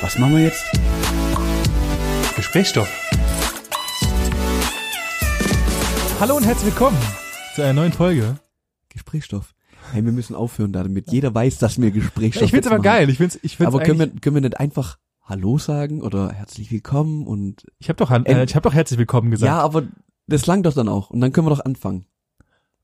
Was machen wir jetzt? Gesprächsstoff. Hallo und herzlich willkommen zu einer neuen Folge. Gesprächsstoff. Hey, wir müssen aufhören damit. Jeder weiß, dass wir Gesprächsstoff Ich find's aber jetzt machen. geil. Ich find's, ich find's Aber können wir, eigentlich- können wir nicht einfach Hallo sagen oder herzlich willkommen und ich habe doch, Han- äh, ich hab doch herzlich willkommen gesagt. ja, aber das langt doch dann auch und dann können wir doch anfangen.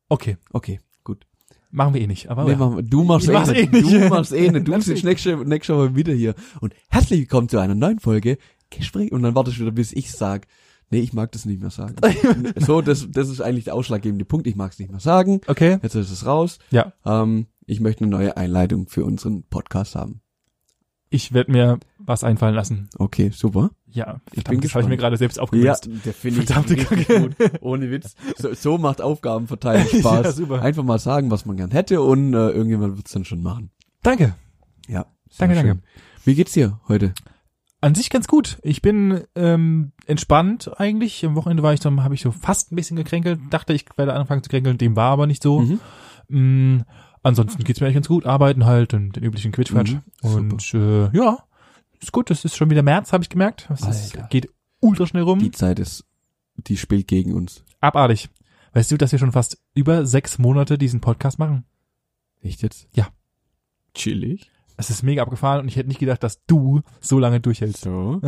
Okay, Okay, gut. machen wir eh nicht. Aber Nee, ja. machen wir- du machst Ich eh, mach's nicht. eh Du nicht. machst eh nicht. Du Ganz sitzt ehrlich. nächste, nächste Mal wieder hier. Und herzlich willkommen zu einer neuen Folge Gespräch. Und dann wartest du wieder, bis ich sag, nee, ich mag das nicht mehr sagen. so, das, das ist eigentlich der ausschlaggebende Punkt. Ich mag es nicht mehr sagen. okay, Jetzt ist es raus. ja. Ähm, ich möchte eine neue Einleitung für unseren Podcast haben. Ich werde mir was einfallen lassen. Okay, super. Ja, verdammt, bin das habe ich gespannt. mir gerade selbst aufgelöst. der Verdammte Kacke. Ohne Witz. So, so macht Aufgabenverteilung Spaß. Ja, super. Einfach mal sagen, was man gern hätte und äh, irgendjemand wird's dann schon machen. Danke, Ja. sehr danke, schön. danke. Wie geht's dir heute? An sich ganz gut. Ich bin ähm, entspannt eigentlich. Am Wochenende war ich dann, habe ich so fast ein bisschen gekränkelt. Dachte, ich werde anfangen zu kränkeln, dem war aber nicht so. Mhm. Mm, ansonsten geht's mir eigentlich ganz gut. Arbeiten halt und den üblichen Quitschquatsch. Mhm, und äh, ja, ist gut. Es ist schon wieder März, habe ich gemerkt. Es ist, Alter. geht um ultra schnell rum. Die Zeit ist, die spielt gegen uns. Abartig. Weißt du, dass wir schon fast über sechs Monate diesen Podcast machen? Echt jetzt? Ja. Chillig. Es ist mega abgefahren und ich hätte nicht gedacht, dass du so lange durchhältst. Also,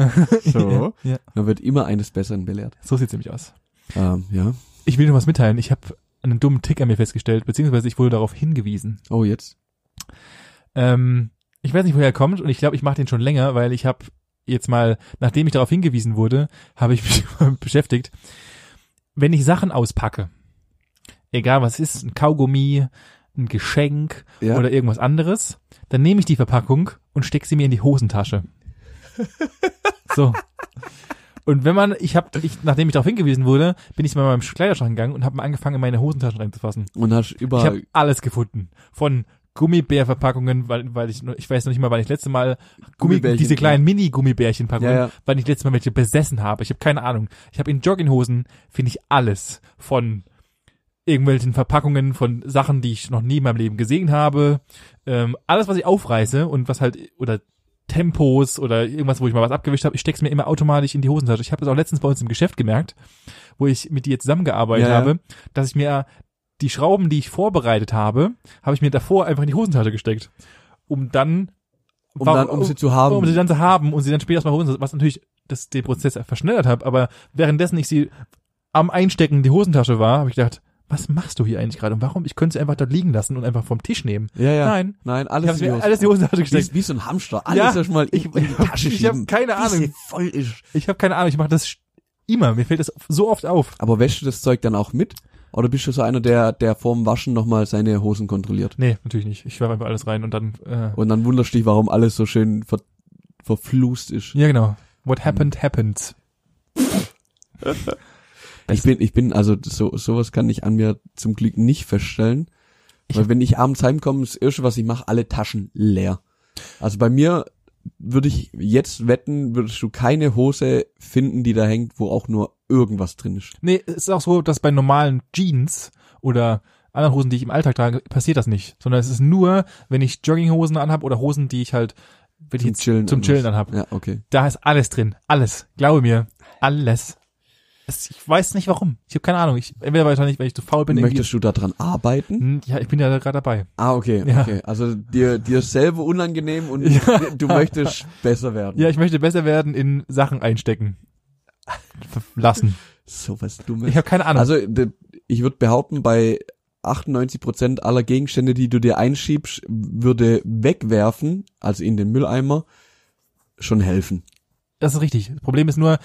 So. So. ja, Man wird immer eines Besseren belehrt. so sieht's nämlich aus. Ähm, ja. Ich will dir was mitteilen. Ich habe einen dummen Tick an mir festgestellt, beziehungsweise ich wurde darauf hingewiesen. Oh, jetzt. Ähm, ich weiß nicht, woher er kommt und ich glaube, ich mache den schon länger, weil ich habe jetzt mal, nachdem ich darauf hingewiesen wurde, habe ich mich beschäftigt. Wenn ich Sachen auspacke, egal was ist, ein Kaugummi, ein Geschenk Ja. oder irgendwas anderes, dann nehme ich die Verpackung und stecke sie mir in die Hosentasche. so. Und wenn man, ich habe, ich, nachdem ich darauf hingewiesen wurde, bin ich mal in meinem Kleiderschrank gegangen und habe mal angefangen, in meine Hosentaschen reinzufassen. Und hast Ich überall. habe alles gefunden. Von Gummibärverpackungen, weil, weil ich, nur- ich weiß noch nicht mal, wann ich letzte Mal Gummi, Gummibärchen, diese ja. kleinen Mini-Gummibärchenpackungen, Ja, ja. wann ich letzte Mal welche besessen habe. Ich habe keine Ahnung. Ich habe in Jogginghosen finde ich alles von irgendwelchen Verpackungen von Sachen, die ich noch nie in meinem Leben gesehen habe. Ähm, alles, was ich aufreiße und was halt oder Tempos oder irgendwas, wo ich mal was abgewischt habe, ich steck's mir immer automatisch in die Hosentasche. Ich habe das auch letztens bei uns im Geschäft gemerkt, wo ich mit dir zusammengearbeitet Ja, ja. habe, dass ich mir die Schrauben, die ich vorbereitet habe, habe ich mir davor einfach in die Hosentasche gesteckt, um dann um, dann, um sie zu haben. um sie dann zu haben und sie dann später aus meiner Hosentasche, was natürlich das, den Prozess verschnellert hat, aber währenddessen ich sie am Einstecken in die Hosentasche war, habe ich gedacht, was machst du hier eigentlich gerade und warum? Ich könnte sie einfach dort liegen lassen und einfach vom Tisch nehmen. ja, ja. Nein. Nein, Ich habe alles sie mir alles in die Hosentasche gesteckt. Wie, wie so ein Hamster. Alles Ja, erstmal ich- in die Tasche ich hab schieben. keine Bis sie Ahnung. voll ist. Ich habe keine Ahnung, ich mache das sch- immer. Mir fällt das so oft auf. Aber wäschst du das Zeug dann auch mit? Oder bist du so einer, der, der vorm Waschen nochmal seine Hosen kontrolliert? Nee, natürlich nicht. Ich werfe einfach alles rein und dann. Äh, Und dann wunderst du dich, warum alles so schön ver, verflust ist. ja, genau. Hm. What happened happens. Ich bin, ich bin, also so, sowas kann ich an mir zum Glück nicht feststellen. Weil wenn ich abends heimkomme, das erste, was ich mache, alle Taschen leer. Also bei mir würde ich jetzt wetten, würdest du keine Hose finden, die da hängt, wo auch nur irgendwas drin ist. Nee, es ist auch so, dass bei normalen Jeans oder anderen Hosen, die ich im Alltag trage, passiert das nicht. Sondern es ist nur, wenn ich Jogginghosen anhab oder Hosen, die ich halt wenn ich Zum jetzt Chillen zum und Chillen was. anhab. Ja, okay. Da ist alles drin. Alles. Glaube mir. Alles. Es, ich weiß nicht warum. Ich habe keine Ahnung. Ich, entweder wahrscheinlich, weil ich zu faul bin. irgendwie- Möchtest du daran arbeiten? Hm, Ja, ich bin ja da gerade dabei. Ah, okay, Ja. okay. Also dir, dir ist selber unangenehm und du möchtest besser werden. Ja, ich möchte besser werden in Sachen einstecken. Lassen. So was Dummes. Ich habe keine Ahnung. also d- ich würde behaupten, bei 98% aller Gegenstände, die du dir einschiebst, würde wegwerfen, also in den Mülleimer, schon helfen. Das ist richtig. Das Problem ist nur,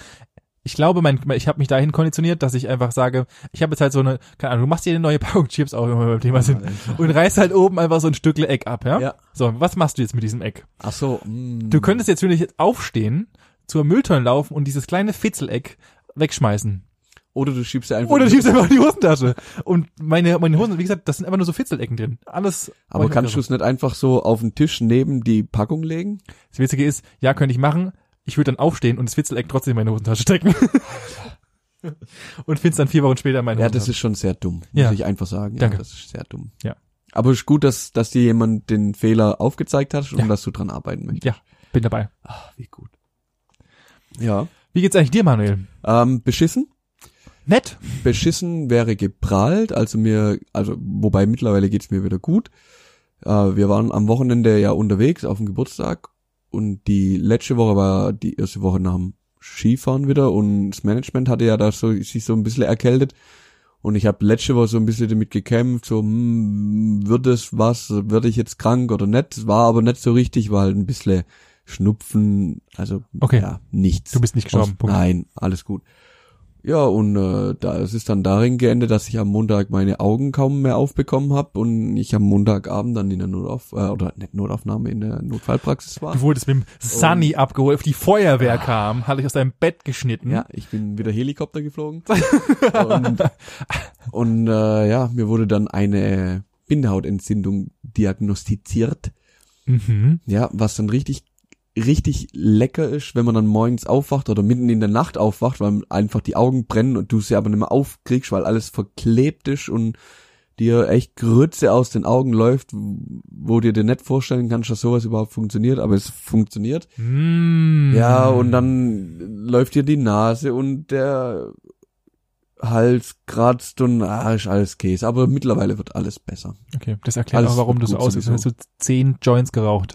ich glaube, mein, ich habe mich dahin konditioniert, dass ich einfach sage, ich habe jetzt halt so eine, keine Ahnung, du machst dir eine neue Packung Chips auf, wenn wir beim Thema sind, und reißt halt oben einfach so ein Stückle Eck ab, ja? Ja. So, was machst du jetzt mit diesem Eck? Ach so. mm. Du könntest jetzt natürlich jetzt aufstehen, zur Mülltonne laufen und dieses kleine Fitzeleck wegschmeißen. Oder du schiebst dir einfach. Oder du schiebst einfach in die Hosentasche. Und meine, meine Hosen, wie gesagt, das sind einfach nur so Fitzelecken drin. Alles. aber kannst du es nicht einfach so auf den Tisch neben die Packung legen? Das Witzige ist, ja, könnte ich machen. Ich würde dann aufstehen und das Fitzeleck trotzdem in meine Hosentasche stecken. und find's dann vier Wochen später in meine Ja, Hosentasche. das ist schon sehr dumm, muss Ja. ich einfach sagen. Ja, Danke. Das ist sehr dumm. Ja. Aber es ist gut, dass, dass dir jemand den Fehler aufgezeigt hat und Ja. dass du dran arbeiten möchtest. Ja. Bin dabei. Ach, wie gut. Ja. Wie geht's eigentlich dir, Manuel? Ähm, beschissen? Nett. Beschissen wäre geprahlt, also mir, also wobei mittlerweile geht's mir wieder gut. Äh, wir waren am Wochenende ja unterwegs auf dem Geburtstag und die letzte Woche war die erste Woche nach dem Skifahren wieder und das Management hatte ja da so, sich so ein bisschen erkältet und ich habe letzte Woche so ein bisschen damit gekämpft, so hm, wird es was, werde ich jetzt krank oder nicht, war aber nicht so richtig, weil ein bisschen Schnupfen, also Okay. ja, nichts. Du bist nicht gestorben. Aus- Punkt. Nein, alles gut. Ja, und äh, da, es ist dann darin geendet, dass ich am Montag meine Augen kaum mehr aufbekommen habe und ich am Montagabend dann in der Notauf äh, oder nicht Notaufnahme in der Notfallpraxis war. Du wurdest mit dem Oh. Sunny abgeholt, auf die Feuerwehr kam, hat dich aus deinem Bett geschnitten. Ja, ich bin wieder Helikopter geflogen. und und äh, ja, mir wurde dann eine Bindehautentzündung diagnostiziert. Mhm. Ja, was dann richtig, richtig lecker ist, wenn man dann morgens aufwacht oder mitten in der Nacht aufwacht, weil einfach die Augen brennen und du sie aber nicht mehr aufkriegst, weil alles verklebt ist und dir echt Grütze aus den Augen läuft, wo dir dir nicht vorstellen kannst, dass sowas überhaupt funktioniert, aber es funktioniert. Mm. Ja, und dann läuft dir die Nase und der Hals kratzt und ah, ist alles Käse. Aber mittlerweile wird alles besser. Okay, das erklärt Alles auch, warum wird du so gut aussiehst. Dann hast sowieso. du zehn Joints geraucht.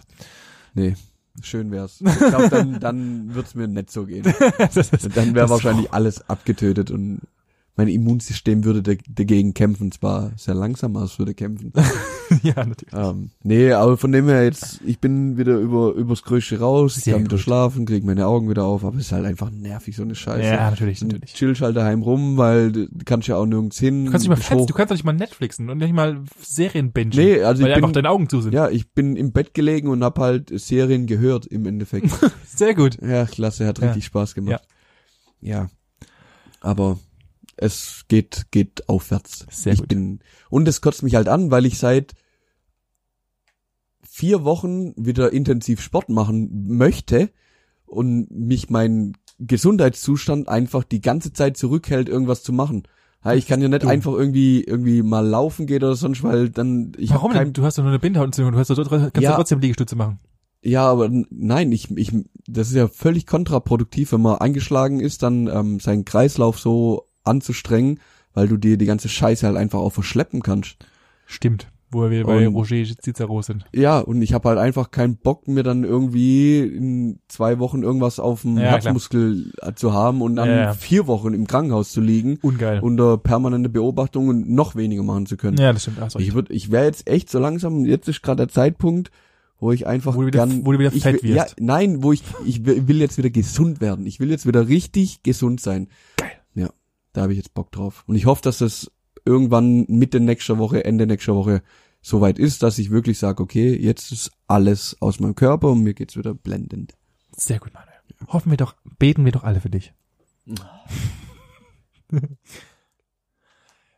Nee, schön wär's. Ich glaube, dann, dann wird's mir nicht so gehen. das ist, Dann wäre Das- wahrscheinlich alles abgetötet und mein Immunsystem würde da- dagegen kämpfen. Zwar sehr langsam, aber es würde kämpfen. ja, natürlich. ähm, nee, aber von dem her jetzt, ich bin wieder über, übers Größte raus, ich Sehr kann wieder gut. schlafen, krieg meine Augen wieder auf, aber es ist halt einfach nervig, so eine Scheiße. Ja, natürlich, Dann natürlich. Chillst halt daheim rum, weil du du kannst ja auch nirgends hin. Du kannst, nicht mal bist fetz, hoch. du kannst doch nicht mal Netflixen und nicht mal Serien bingen, Nee, also weil ich einfach bin, deine Augen zu sind. ja, ich bin im Bett gelegen und hab halt Serien gehört im Endeffekt. Sehr gut. ja, klasse, hat Ja. richtig Spaß gemacht. Ja. Aber es geht, geht aufwärts. Sehr ich gut. bin, und es kotzt mich halt an, weil ich seit vier Wochen wieder intensiv Sport machen möchte und mich mein Gesundheitszustand einfach die ganze Zeit zurückhält, irgendwas zu machen. Ja, Ich kann ja nicht Dumm. einfach irgendwie, irgendwie mal laufen gehen oder sonst, weil dann, ich hab Warum kein denn? Du hast doch nur eine Bindehautentzündung, du hast doch, trotzdem- kannst Ja. doch trotzdem Liegestütze machen. Ja, aber n- nein, ich, ich, das ist ja völlig kontraproduktiv, wenn man eingeschlagen ist, dann ähm, seinen Kreislauf so anzustrengen, weil du dir die ganze Scheiße halt einfach auch verschleppen kannst. Stimmt, wo wir bei Und- Roger Cicero sind. Ja, und ich habe halt einfach keinen Bock, mir dann irgendwie in zwei Wochen irgendwas auf dem Ja, Herzmuskel äh, zu haben und dann Ja, ja. vier Wochen im Krankenhaus zu liegen, Ungeil. unter permanente Beobachtung und noch weniger machen zu können. ja, das stimmt. Also, Ich würd, ich wäre jetzt echt so langsam, jetzt ist gerade der Zeitpunkt, wo ich einfach Wo du wieder- gern, wo du wieder ich, fett will- Ja, wirst. nein, wo ich, ich will will jetzt wieder gesund werden. Ich will jetzt wieder richtig gesund sein. Geil. Ja, da habe ich jetzt Bock drauf. Und ich hoffe, dass das irgendwann Mitte nächster Woche, Ende nächster Woche soweit ist, dass ich wirklich sage, okay, jetzt ist alles aus meinem Körper und mir geht's wieder blendend. Sehr gut, Manuel. Hoffen wir doch, beten wir doch alle für dich.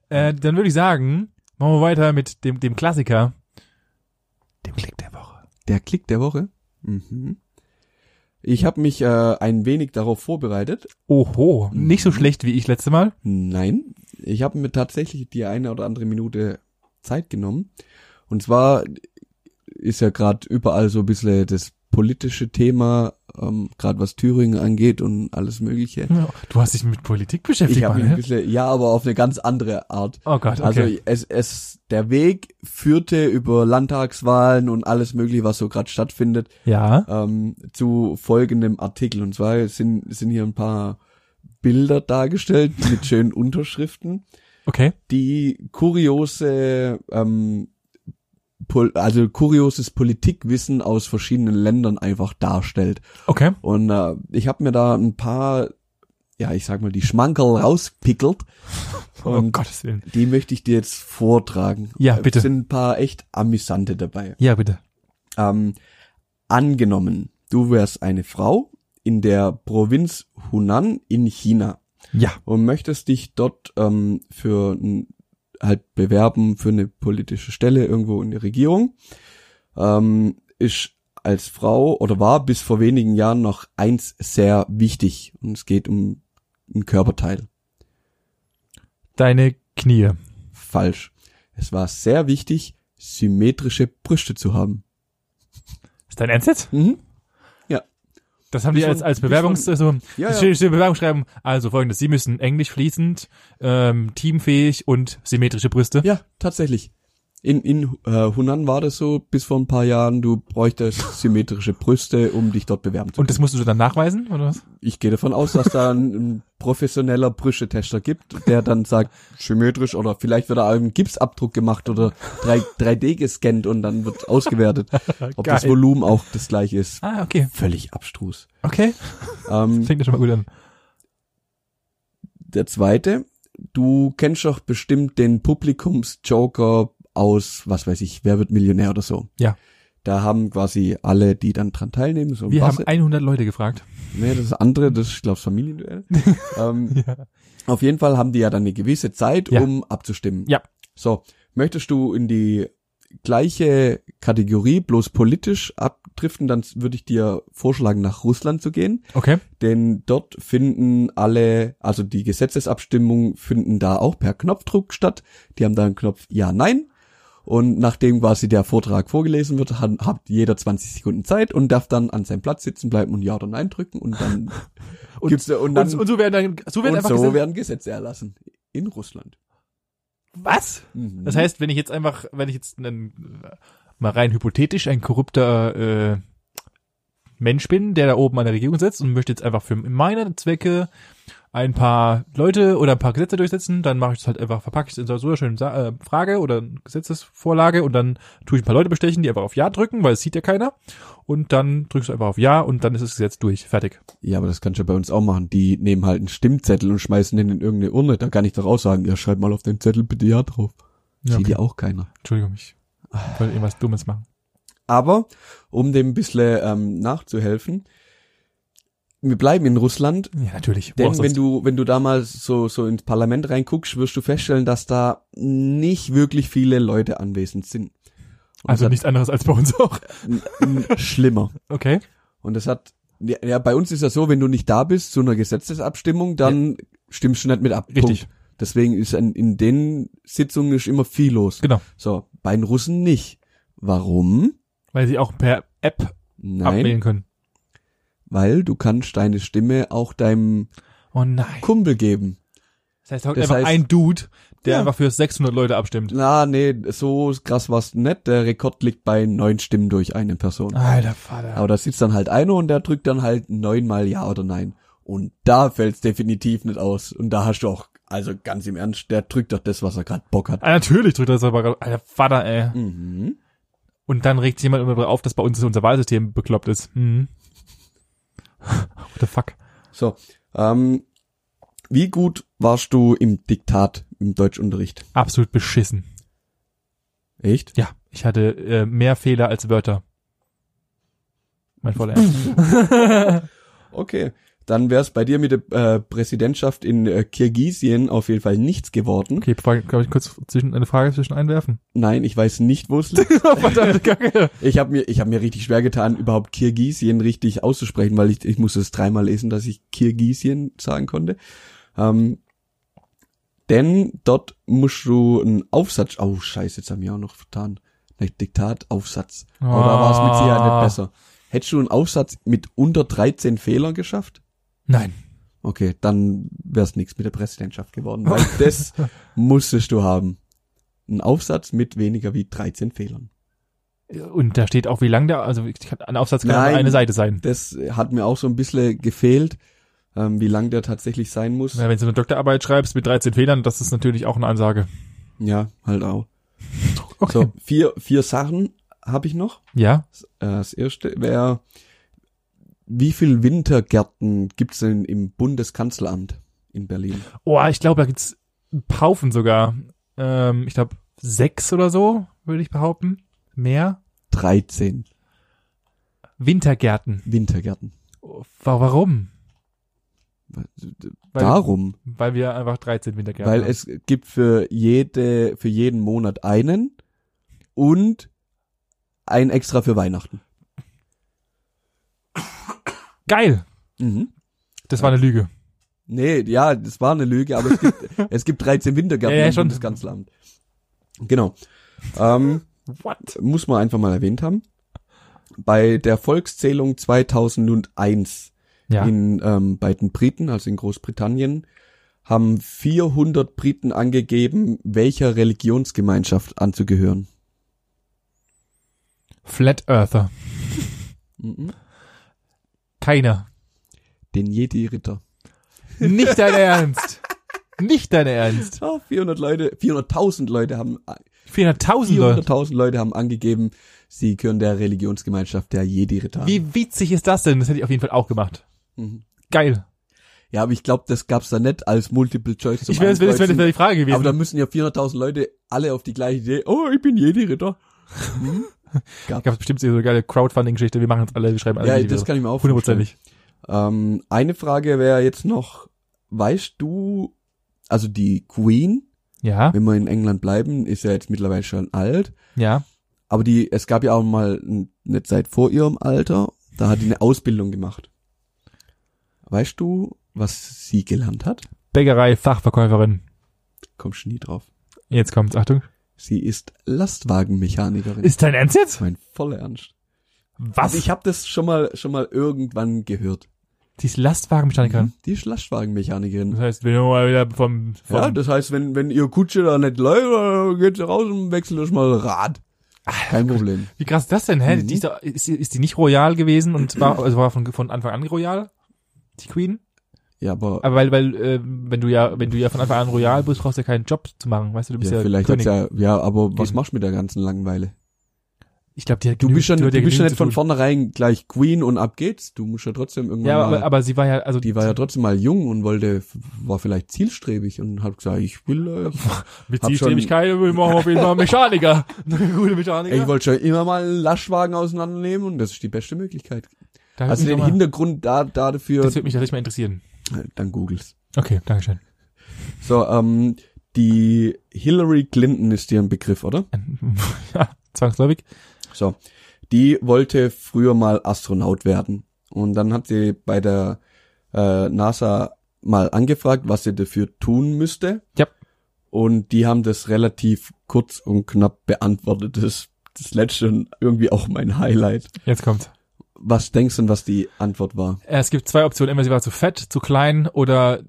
äh, dann würde ich sagen, machen wir weiter mit dem, dem Klassiker. Dem Klick der Woche. Der Klick der Woche. Mhm. Ich habe mich äh, ein wenig darauf vorbereitet. Oho, Mhm. nicht so schlecht wie ich letzte Mal. Nein, ich habe mir tatsächlich die eine oder andere Minute Zeit genommen. Und zwar ist ja gerade überall so ein bisschen das politische Thema, ähm, gerade was Thüringen angeht und alles Mögliche. Du hast dich mit Politik beschäftigt, Ich habe mich ein Manuel. bisschen, ja, aber auf eine ganz andere Art. Oh Gott, okay. Also es, es, der Weg führte über Landtagswahlen und alles Mögliche, was so gerade stattfindet, ja, ähm, zu folgendem Artikel. Und zwar sind, sind hier ein paar Bilder dargestellt mit schönen Unterschriften okay. die kuriose, ähm, pol also kurioses Politikwissen aus verschiedenen Ländern einfach darstellt. Okay. Und äh, ich habe mir da ein paar, ja, ich sag mal, die Schmankerl rauspickelt. oh Und Gottes Willen. die möchte ich dir jetzt vortragen. Ja, bitte. Es sind ein paar echt amüsante dabei. Ja, bitte. Ähm, angenommen, du wärst eine Frau in der Provinz Hunan in China Ja. und möchtest dich dort ähm, für n- halt bewerben für eine politische Stelle irgendwo in der Regierung, ähm, ist als Frau oder war bis vor wenigen Jahren noch eins sehr wichtig und es geht um ein Körperteil. Deine Knie. Falsch. Es war sehr wichtig, symmetrische Brüste zu haben. Ist dein Ernst jetzt? Mhm. Das haben die Schon- als, als schon- Bewerbungs, äh, so, Ja, ja, ja. Bewerbungsschreiben. Also folgendes, sie müssen Englisch fließend, ähm, teamfähig und symmetrische Brüste. Ja, tatsächlich. In, in äh, Hunan war das so, bis vor ein paar Jahren, du bräuchtest symmetrische Brüste, um dich dort bewerben zu Und das musst du dann nachweisen, oder was? Ich gehe davon aus, dass da ein, ein professioneller Brüstetester gibt, der dann sagt, symmetrisch oder vielleicht wird da ein Gipsabdruck gemacht oder 3, 3D gescannt und dann wird ausgewertet, ob das Geil. Volumen auch das gleiche ist. Ah, okay. Völlig abstrus. Okay. Ähm, Fängt ja schon mal gut an. der zweite, du kennst doch bestimmt den Publikumsjoker aus, was weiß ich, wer wird Millionär oder so. Ja. Da haben quasi alle, die dann dran teilnehmen, so ein Wir haben Basset- 100 Leute gefragt. Nee, das andere, das ist, glaube ich, Familienduell. ähm, Auf jeden Fall haben die ja dann eine gewisse Zeit, Ja. um abzustimmen. Ja. So, möchtest du in die gleiche Kategorie, bloß politisch abdriften, dann würde ich dir vorschlagen, nach Russland zu gehen. Okay. Denn dort finden alle, also die Gesetzesabstimmungen finden da auch per Knopfdruck statt. Die haben da einen Knopf Ja, Nein. Und nachdem quasi der Vortrag vorgelesen wird, hat, hat jeder 20 Sekunden Zeit und darf dann an seinem Platz sitzen bleiben und Ja oder Nein drücken und dann Und- gibt's, und dann, und, so werden dann, so so gesagt- werden Gesetze erlassen. In Russland. was? Mhm. Das heißt, wenn ich jetzt einfach, wenn ich jetzt einen, mal rein hypothetisch ein korrupter äh, Mensch bin, der da oben an der Regierung sitzt und möchte jetzt einfach für meine Zwecke ein paar Leute oder ein paar Gesetze durchsetzen, dann mache ich das halt einfach, verpacke ich es in so einer schönen Sa äh, Frage oder Gesetzesvorlage und dann tue ich ein paar Leute bestechen, die einfach auf Ja drücken, weil es sieht ja keiner. Und dann drückst du einfach auf Ja und dann ist das Gesetz durch. Fertig. ja, aber das kannst du ja bei uns auch machen. Die nehmen halt einen Stimmzettel und schmeißen den in irgendeine Urne. Da kann ich doch auch sagen, ja, schreib mal auf den Zettel bitte Ja drauf. Ja, Sieht okay. ja auch keiner. Entschuldigung, ich wollte irgendwas Dummes machen. Aber um dem ein bisschen ähm, nachzuhelfen, wir bleiben in Russland. Ja, natürlich. Wo auch Denn sonst. wenn du, wenn du damals so, so ins Parlament reinguckst, wirst du feststellen, dass da nicht wirklich viele Leute anwesend sind. Und also das nichts anderes als bei uns auch. hat n- n- schlimmer. Okay. Und das hat, ja, ja, bei uns ist das so, wenn du nicht da bist zu einer Gesetzesabstimmung, dann stimmst du nicht mit ab. Richtig. Punkt. Deswegen ist an, in den Sitzungen ist immer viel los. Genau. So, bei den Russen nicht. Warum? Weil sie auch per App Nein, abwählen können. weil du kannst deine Stimme auch deinem Oh nein. Kumpel geben. Das heißt, da hockt Das einfach heißt- ein Dude, der Ja. einfach für 600 Leute abstimmt. Na, nee, so krass war's nicht. Der Rekord liegt bei neun Stimmen durch eine Person. Alter Vater. Aber da sitzt dann halt einer und der drückt dann halt neunmal Ja oder Nein. Und da fällt's definitiv nicht aus. Und da hast du auch, also ganz im Ernst, der drückt doch das, was er gerade Bock hat. Ah, natürlich drückt das aber gerade. Alter Vater, ey. Mhm. Und dann regt sich jemand immer darüber auf, dass bei uns unser Wahlsystem bekloppt ist. Mhm. What the fuck? So, ähm, wie gut warst du im Diktat, im Deutschunterricht? Absolut beschissen. Echt? Ja, ich hatte äh, mehr Fehler als Wörter. Mein voller Ernst. Okay. Dann wär's bei dir mit der äh, Präsidentschaft in äh, Kirgisien auf jeden Fall nichts geworden. Okay, Frage, kann ich kurz zwischen, eine Frage zwischen einwerfen? Nein, ich weiß nicht, wo es liegt. Verdammte Kacke. Ich habe mir, ich hab mir richtig schwer getan, überhaupt Kirgisien richtig auszusprechen, weil ich, ich musste es dreimal lesen, dass ich Kirgisien sagen konnte. Ähm, denn dort musst du einen Aufsatz, oh scheiße, jetzt haben wir auch noch vertan. Nicht Diktat, Aufsatz. Aber da war es mit Sicherheit Ah. nicht besser. Hättest du einen Aufsatz mit unter 13 Fehlern geschafft? Nein. Okay, dann wär's nix mit der Präsidentschaft geworden, weil das musstest du haben. Ein Aufsatz mit weniger wie 13 Fehlern. Und da steht auch, wie lang der, also ein Aufsatz kann Nein. nur eine Seite sein. Das hat mir auch so ein bisschen gefehlt, ähm, wie lang der tatsächlich sein muss. Ja, Ja, wenn du eine Doktorarbeit schreibst mit 13 Fehlern, das ist natürlich auch eine Ansage. halt auch. Okay. So, vier, vier Sachen habe ich noch. Ja, Äh, Das erste wäre, wie viel Wintergärten gibt's denn im Bundeskanzleramt in Berlin? Oh, ich glaube, da gibt's ein paar Haufen sogar. Ähm, ich glaube, sechs oder so, würde ich behaupten. Mehr. 13 Wintergärten. Wintergärten. Wa- Warum? Weil, Darum, Weil wir einfach 13 Wintergärten weil haben. es gibt für jede, für jeden Monat einen und ein extra für Weihnachten. Geil! Mhm. Das war eine Lüge. Nee, ja, das war eine Lüge, aber es gibt, es gibt 13 Wintergärten Ja, ja, im schon. Bundeskanzleramt. Genau. Ähm, What? muss man einfach mal erwähnt haben. bei der Volkszählung 2001 Ja. in, ähm, bei den Briten, also in Großbritannien, haben 400 Briten angegeben, welcher Religionsgemeinschaft anzugehören. Flat Earther. Mhm. Keiner. Den Jedi-Ritter. Nicht dein Ernst. Nicht dein Ernst. Oh, 400 Leute, 400.000 Leute haben, 400.000 Leute. 400.000 Leute haben angegeben, sie gehören der Religionsgemeinschaft der Jedi-Ritter an. Wie witzig ist das denn? Das hätte ich auf jeden Fall auch gemacht. Mhm. Geil. Ja, aber ich glaube, das gab's da nicht als Multiple Choice zum Ich wäre, das wäre, das wäre das wäre Ankreuzen. die Frage gewesen. Aber da müssen ja 400.000 Leute alle auf die gleiche Idee, oh, ich bin Jedi-Ritter. Hm? Gab es bestimmt so eine geile Crowdfunding-Geschichte. Wir machen jetzt alle, wir schreiben alle. Ja, die das Videos. kann ich mir auch vorstellen. Hundertprozentig. Ähm, eine Frage wäre jetzt noch, weißt du, also die Queen, Ja, wenn wir in England bleiben, ist ja jetzt mittlerweile schon alt, ja. aber die, es gab ja auch mal n- eine Zeit vor ihrem Alter, da hat die eine Ausbildung gemacht. Weißt du, was sie gelernt hat? Bäckerei, Fachverkäuferin. Kommst du nie drauf. Jetzt kommt's, Achtung. Sie ist Lastwagenmechanikerin. Ist dein Ernst das jetzt? ist mein voller Ernst. Also Was? Ich habe das schon mal schon mal irgendwann gehört. Mhm. die ist Lastwagenmechanikerin. Die ist Lastwagenmechanikerin. Das heißt, wenn du mal wieder vom, vom Ja, das heißt, wenn, wenn ihr Kutsche da nicht läuft, dann geht sie raus und wechselt euch mal Rad. Kein Problem. Wie krass ist das denn? Hä? Mhm. Die ist, doch- ist, die- ist die nicht royal gewesen und war, also war von, von Anfang an royal? Die Queen? Ja, aber, Aber weil, weil, äh, wenn du ja, wenn du ja von Anfang an royal bist, brauchst du ja keinen Job zu machen, weißt du, du bist ja, ja, vielleicht hat's König. ja, ja, aber was Eben. machst du mit der ganzen Langeweile? ich glaube, die hat Du genügend- bist ja, die du hat bist ja genügend nicht von zu tun. vornherein gleich Queen und ab geht's. Du musst ja trotzdem irgendwann Ja, mal, aber, aber sie war ja, also die war ja trotzdem mal jung und wollte, war vielleicht zielstrebig und hat gesagt, ich will, äh, mit hab schon- Zielstrebigkeit will man auf jeden Fall Mechaniker. Eine gute Mechaniker. äh, ich wollte schon immer mal einen Laschwagen auseinandernehmen und das ist die beste Möglichkeit. da hört Also mich den noch mal- Hintergrund da, da dafür, äh, das würde mich tatsächlich mal interessieren. dann googles. Okay, dankeschön. So, ähm, die Hillary Clinton ist dir ein Begriff, oder? ja, zwangsläufig. So, die wollte früher mal Astronaut werden. Und dann hat sie bei der äh, NASA mal angefragt, was sie dafür tun müsste. Ja. Und die haben das relativ kurz und knapp beantwortet. Das, das letzte und irgendwie auch mein Highlight. Jetzt kommt's. Äh, Was denkst du, denn, was die Antwort war? Es gibt zwei Optionen. Entweder sie war zu fett, zu klein oder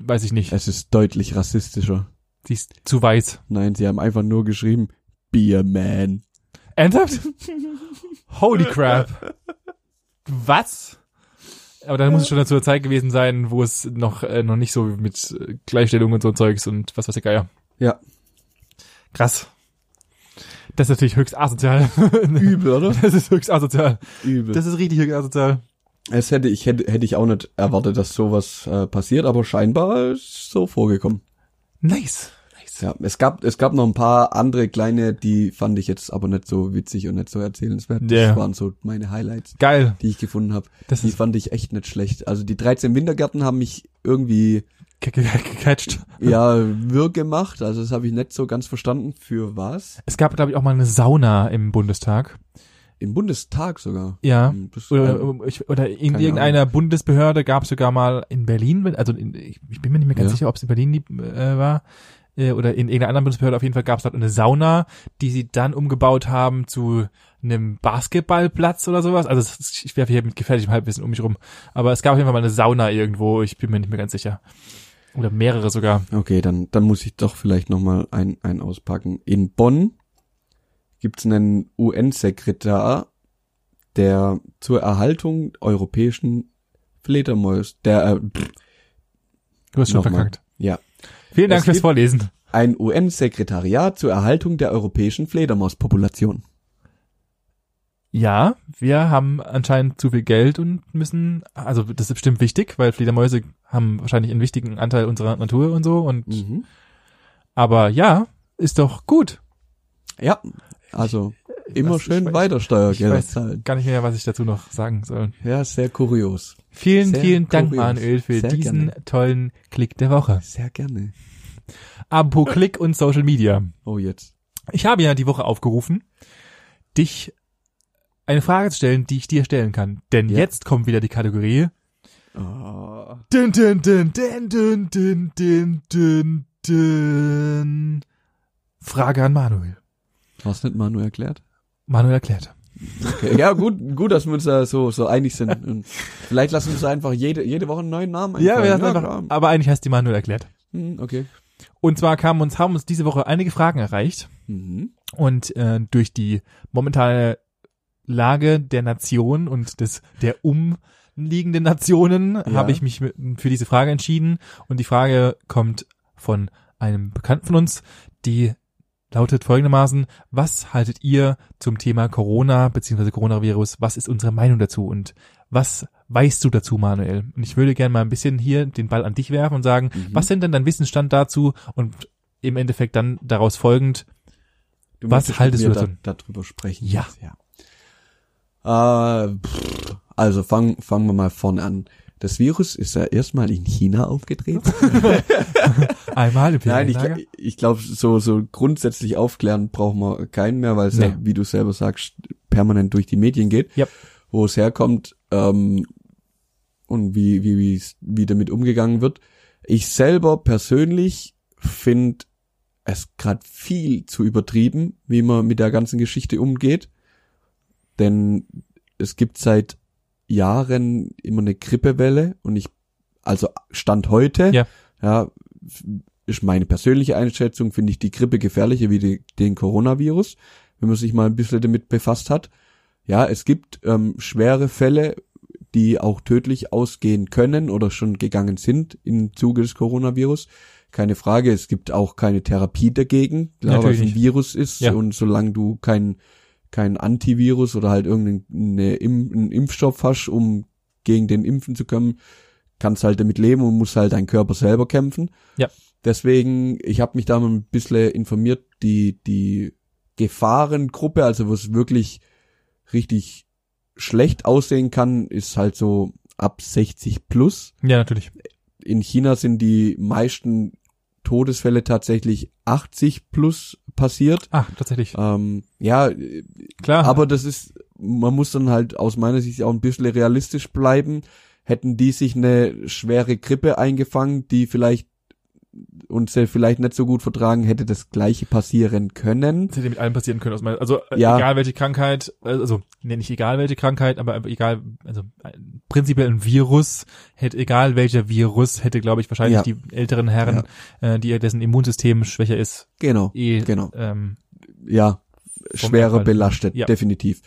weiß ich nicht. Es ist deutlich rassistischer. Sie ist zu weiß. Nein, sie haben einfach nur geschrieben, be a man. Ernsthaft? Holy crap. Was? Aber dann muss es schon dazu der Zeit gewesen sein, wo es noch, äh, noch nicht so mit äh, Gleichstellung und so Zeugs und was weiß ich geier. Ja. Krass. Das ist natürlich höchst asozial. Übel, oder? das ist höchst asozial. Übel. Das ist richtig höchst asozial. Es hätte ich hätte hätte ich auch nicht erwartet, dass sowas äh, passiert, aber scheinbar ist so vorgekommen. Nice. Nice. Ja, es gab es gab noch ein paar andere kleine, die fand ich jetzt aber nicht so witzig und nicht so erzählenswert. Ja. Das waren so meine Highlights, Geil. die ich gefunden habe. Das Die ist fand ich echt nicht schlecht. Also die 13 Wintergärten haben mich irgendwie ge- ge- gecatcht. ja wirr gemacht. Also das habe ich nicht so ganz verstanden. Für was? Es gab, glaube ich, auch mal eine Sauna im Bundestag. Im Bundestag sogar. Ja. Das, Oder, ähm, äh, ich, oder in Keine irgendeiner Bundesbehörde gab es sogar mal in Berlin, wenn- also in, ich ich bin mir nicht mehr ganz Ja. sicher, ob es in Berlin die, äh, war äh, oder in irgendeiner anderen Bundesbehörde. Auf jeden Fall gab es dort eine Sauna, die sie dann umgebaut haben zu einem Basketballplatz oder sowas. Also es ist- ich werfe hier mit gefährlichem Halbwissen um mich rum. Aber es gab auf jeden Fall mal eine Sauna irgendwo. Ich bin mir nicht mehr ganz sicher. Oder mehrere sogar. Okay, dann, dann muss ich doch vielleicht nochmal ein, ein auspacken. In Bonn gibt's einen UN-Sekretär, der zur Erhaltung europäischen Fledermäus, der, äh, pff, Du hast schon Nochmal. verkackt. ja, Vielen Dank Es fürs gibt- Vorlesen. ein UN-Sekretariat zur Erhaltung der europäischen Fledermauspopulation. Ja, wir haben anscheinend zu viel Geld und müssen, also das ist bestimmt wichtig, weil Fledermäuse haben wahrscheinlich einen wichtigen Anteil unserer Natur und so und, Mhm. aber ja, ist doch gut. Ja, also immer weiß- ich schön weiß- weiter Steuergelder ich weiß- zahlen. Gar nicht mehr, was ich dazu noch sagen soll. Ja, sehr kurios. Vielen, Sehr vielen Dank, kurios. Manuel, für Sehr diesen gerne. tollen Klick der Woche. Sehr gerne. Abo, Klick und Social Media. Oh, jetzt. Ich habe ja die Woche aufgerufen, dich eine Frage zu stellen, die ich dir stellen kann. Denn Ja. jetzt kommt wieder die Kategorie Oh. Dün, dün, dün, dün, dün, dün, dün, dün, dün. Frage an Manuel. Hast nicht mal nur erklärt? Manuel erklärt. Okay. Ja, gut, gut, dass wir uns da so, so einig sind. Und vielleicht lassen wir uns da einfach jede, jede Woche einen neuen Namen Ja, wir einfallen. ne? hatten einfach, klar. aber eigentlich heißt die Manuel erklärt. Hm, okay. Und zwar kamen uns, haben uns diese Woche einige Fragen erreicht. Mhm. Und äh, durch die momentane Lage der Nation und des der umliegenden Nationen habe ich mich mit- für diese Frage entschieden. Und die Frage kommt von einem Bekannten von uns, die lautet folgendermaßen, was haltet ihr zum Thema Corona bzw. Coronavirus? Was ist unsere Meinung dazu und was weißt du dazu, Manuel? Und ich würde gerne mal ein bisschen hier den Ball an dich werfen und sagen, Mhm. was sind denn dein Wissensstand dazu und im Endeffekt dann daraus folgend, Du Was möchtest haltest mit du mir davon? da, darüber sprechen? Ja. ja. Äh, pff, also fangen fangen wir mal vorne an. Das Virus ist ja erstmal in China aufgetreten. Einmal im Nein, ich, Ferienlager? gl- ich glaube, so, so grundsätzlich aufklären brauchen wir keinen mehr, weil es ja, Nee. wie du selber sagst, permanent durch die Medien geht, Yep. wo es herkommt ähm, und wie, wie, wie, wie damit umgegangen wird. Ich selber persönlich finde es gerade viel zu übertrieben, wie man mit der ganzen Geschichte umgeht. Denn es gibt seit Jahren immer eine Grippewelle und ich, also Stand heute, Ja. ja ist meine persönliche Einschätzung, finde ich die Grippe gefährlicher wie die, den Coronavirus, wenn man sich mal ein bisschen damit befasst hat. Ja, es gibt ähm, schwere Fälle, die auch tödlich ausgehen können oder schon gegangen sind im Zuge des Coronavirus. Keine Frage, es gibt auch keine Therapie dagegen, klar, weil es Natürlich ein nicht. Virus ist Ja. und solange du kein, kein Antivirus oder halt irgendeinen Im einen Impfstoff hast, um gegen den impfen zu können, kannst halt damit leben und musst halt deinen Körper selber kämpfen. Ja. Deswegen, ich habe mich da mal ein bisschen informiert, die, die Gefahrengruppe, also wo es wirklich richtig schlecht aussehen kann, ist halt so ab 60 plus ja, natürlich. in China sind die meisten Todesfälle tatsächlich 80 plus passiert. Ach, tatsächlich. Ähm, ja, Klar. aber das ist, man muss dann halt aus meiner Sicht auch ein bisschen realistisch bleiben. Hätten die sich eine schwere Grippe eingefangen, die vielleicht uns ja vielleicht nicht so gut vertragen, hätte das gleiche passieren können. das hätte mit allem passieren können. Aus meiner, also äh, Ja. egal welche Krankheit, äh, also nee, nicht egal welche Krankheit, aber einfach egal, also äh, prinzipiell ein Virus hätte, egal welcher Virus, hätte, glaube ich, wahrscheinlich Ja. die älteren Herren, äh, die dessen Immunsystem schwächer ist, Genau. eh Genau. ähm, ja, schwerer Erdball. belastet, Ja. definitiv.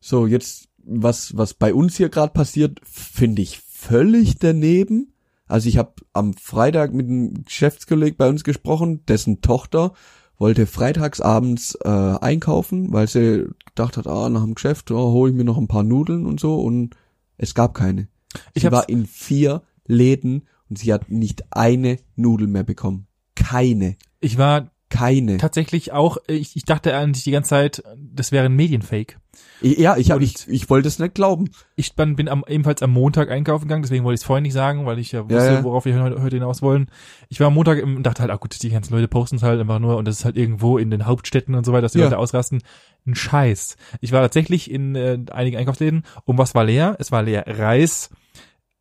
So, jetzt, was, was bei uns hier gerade passiert, finde ich völlig daneben. Also ich habe am Freitag mit einem Geschäftskolleg bei uns gesprochen, dessen Tochter wollte freitagsabends äh, einkaufen, weil sie gedacht hat, ah, nach dem Geschäft oh, hole ich mir noch ein paar Nudeln und so und es gab keine. Ich Sie hab's- war in vier Läden und sie hat nicht eine Nudel mehr bekommen. Keine, Ich war keine. tatsächlich auch, äh, ich, ich dachte eigentlich die ganze Zeit, das wäre ein Medienfake. Ja, ich, hab, Und- ich, ich wollte es nicht glauben. Ich bin, bin am, ebenfalls am Montag einkaufen gegangen, deswegen wollte ich es vorhin nicht sagen, weil ich ja wusste, ja. worauf wir heute, heute hinaus wollen. Ich war am Montag im- und dachte halt, ah gut, die ganzen Leute posten es halt einfach nur und das ist halt irgendwo in den Hauptstädten und so weiter, dass die Ja. Leute ausrasten. Ein Scheiß. Ich war tatsächlich in äh, einigen Einkaufsläden und was war leer? Es war leer Reis,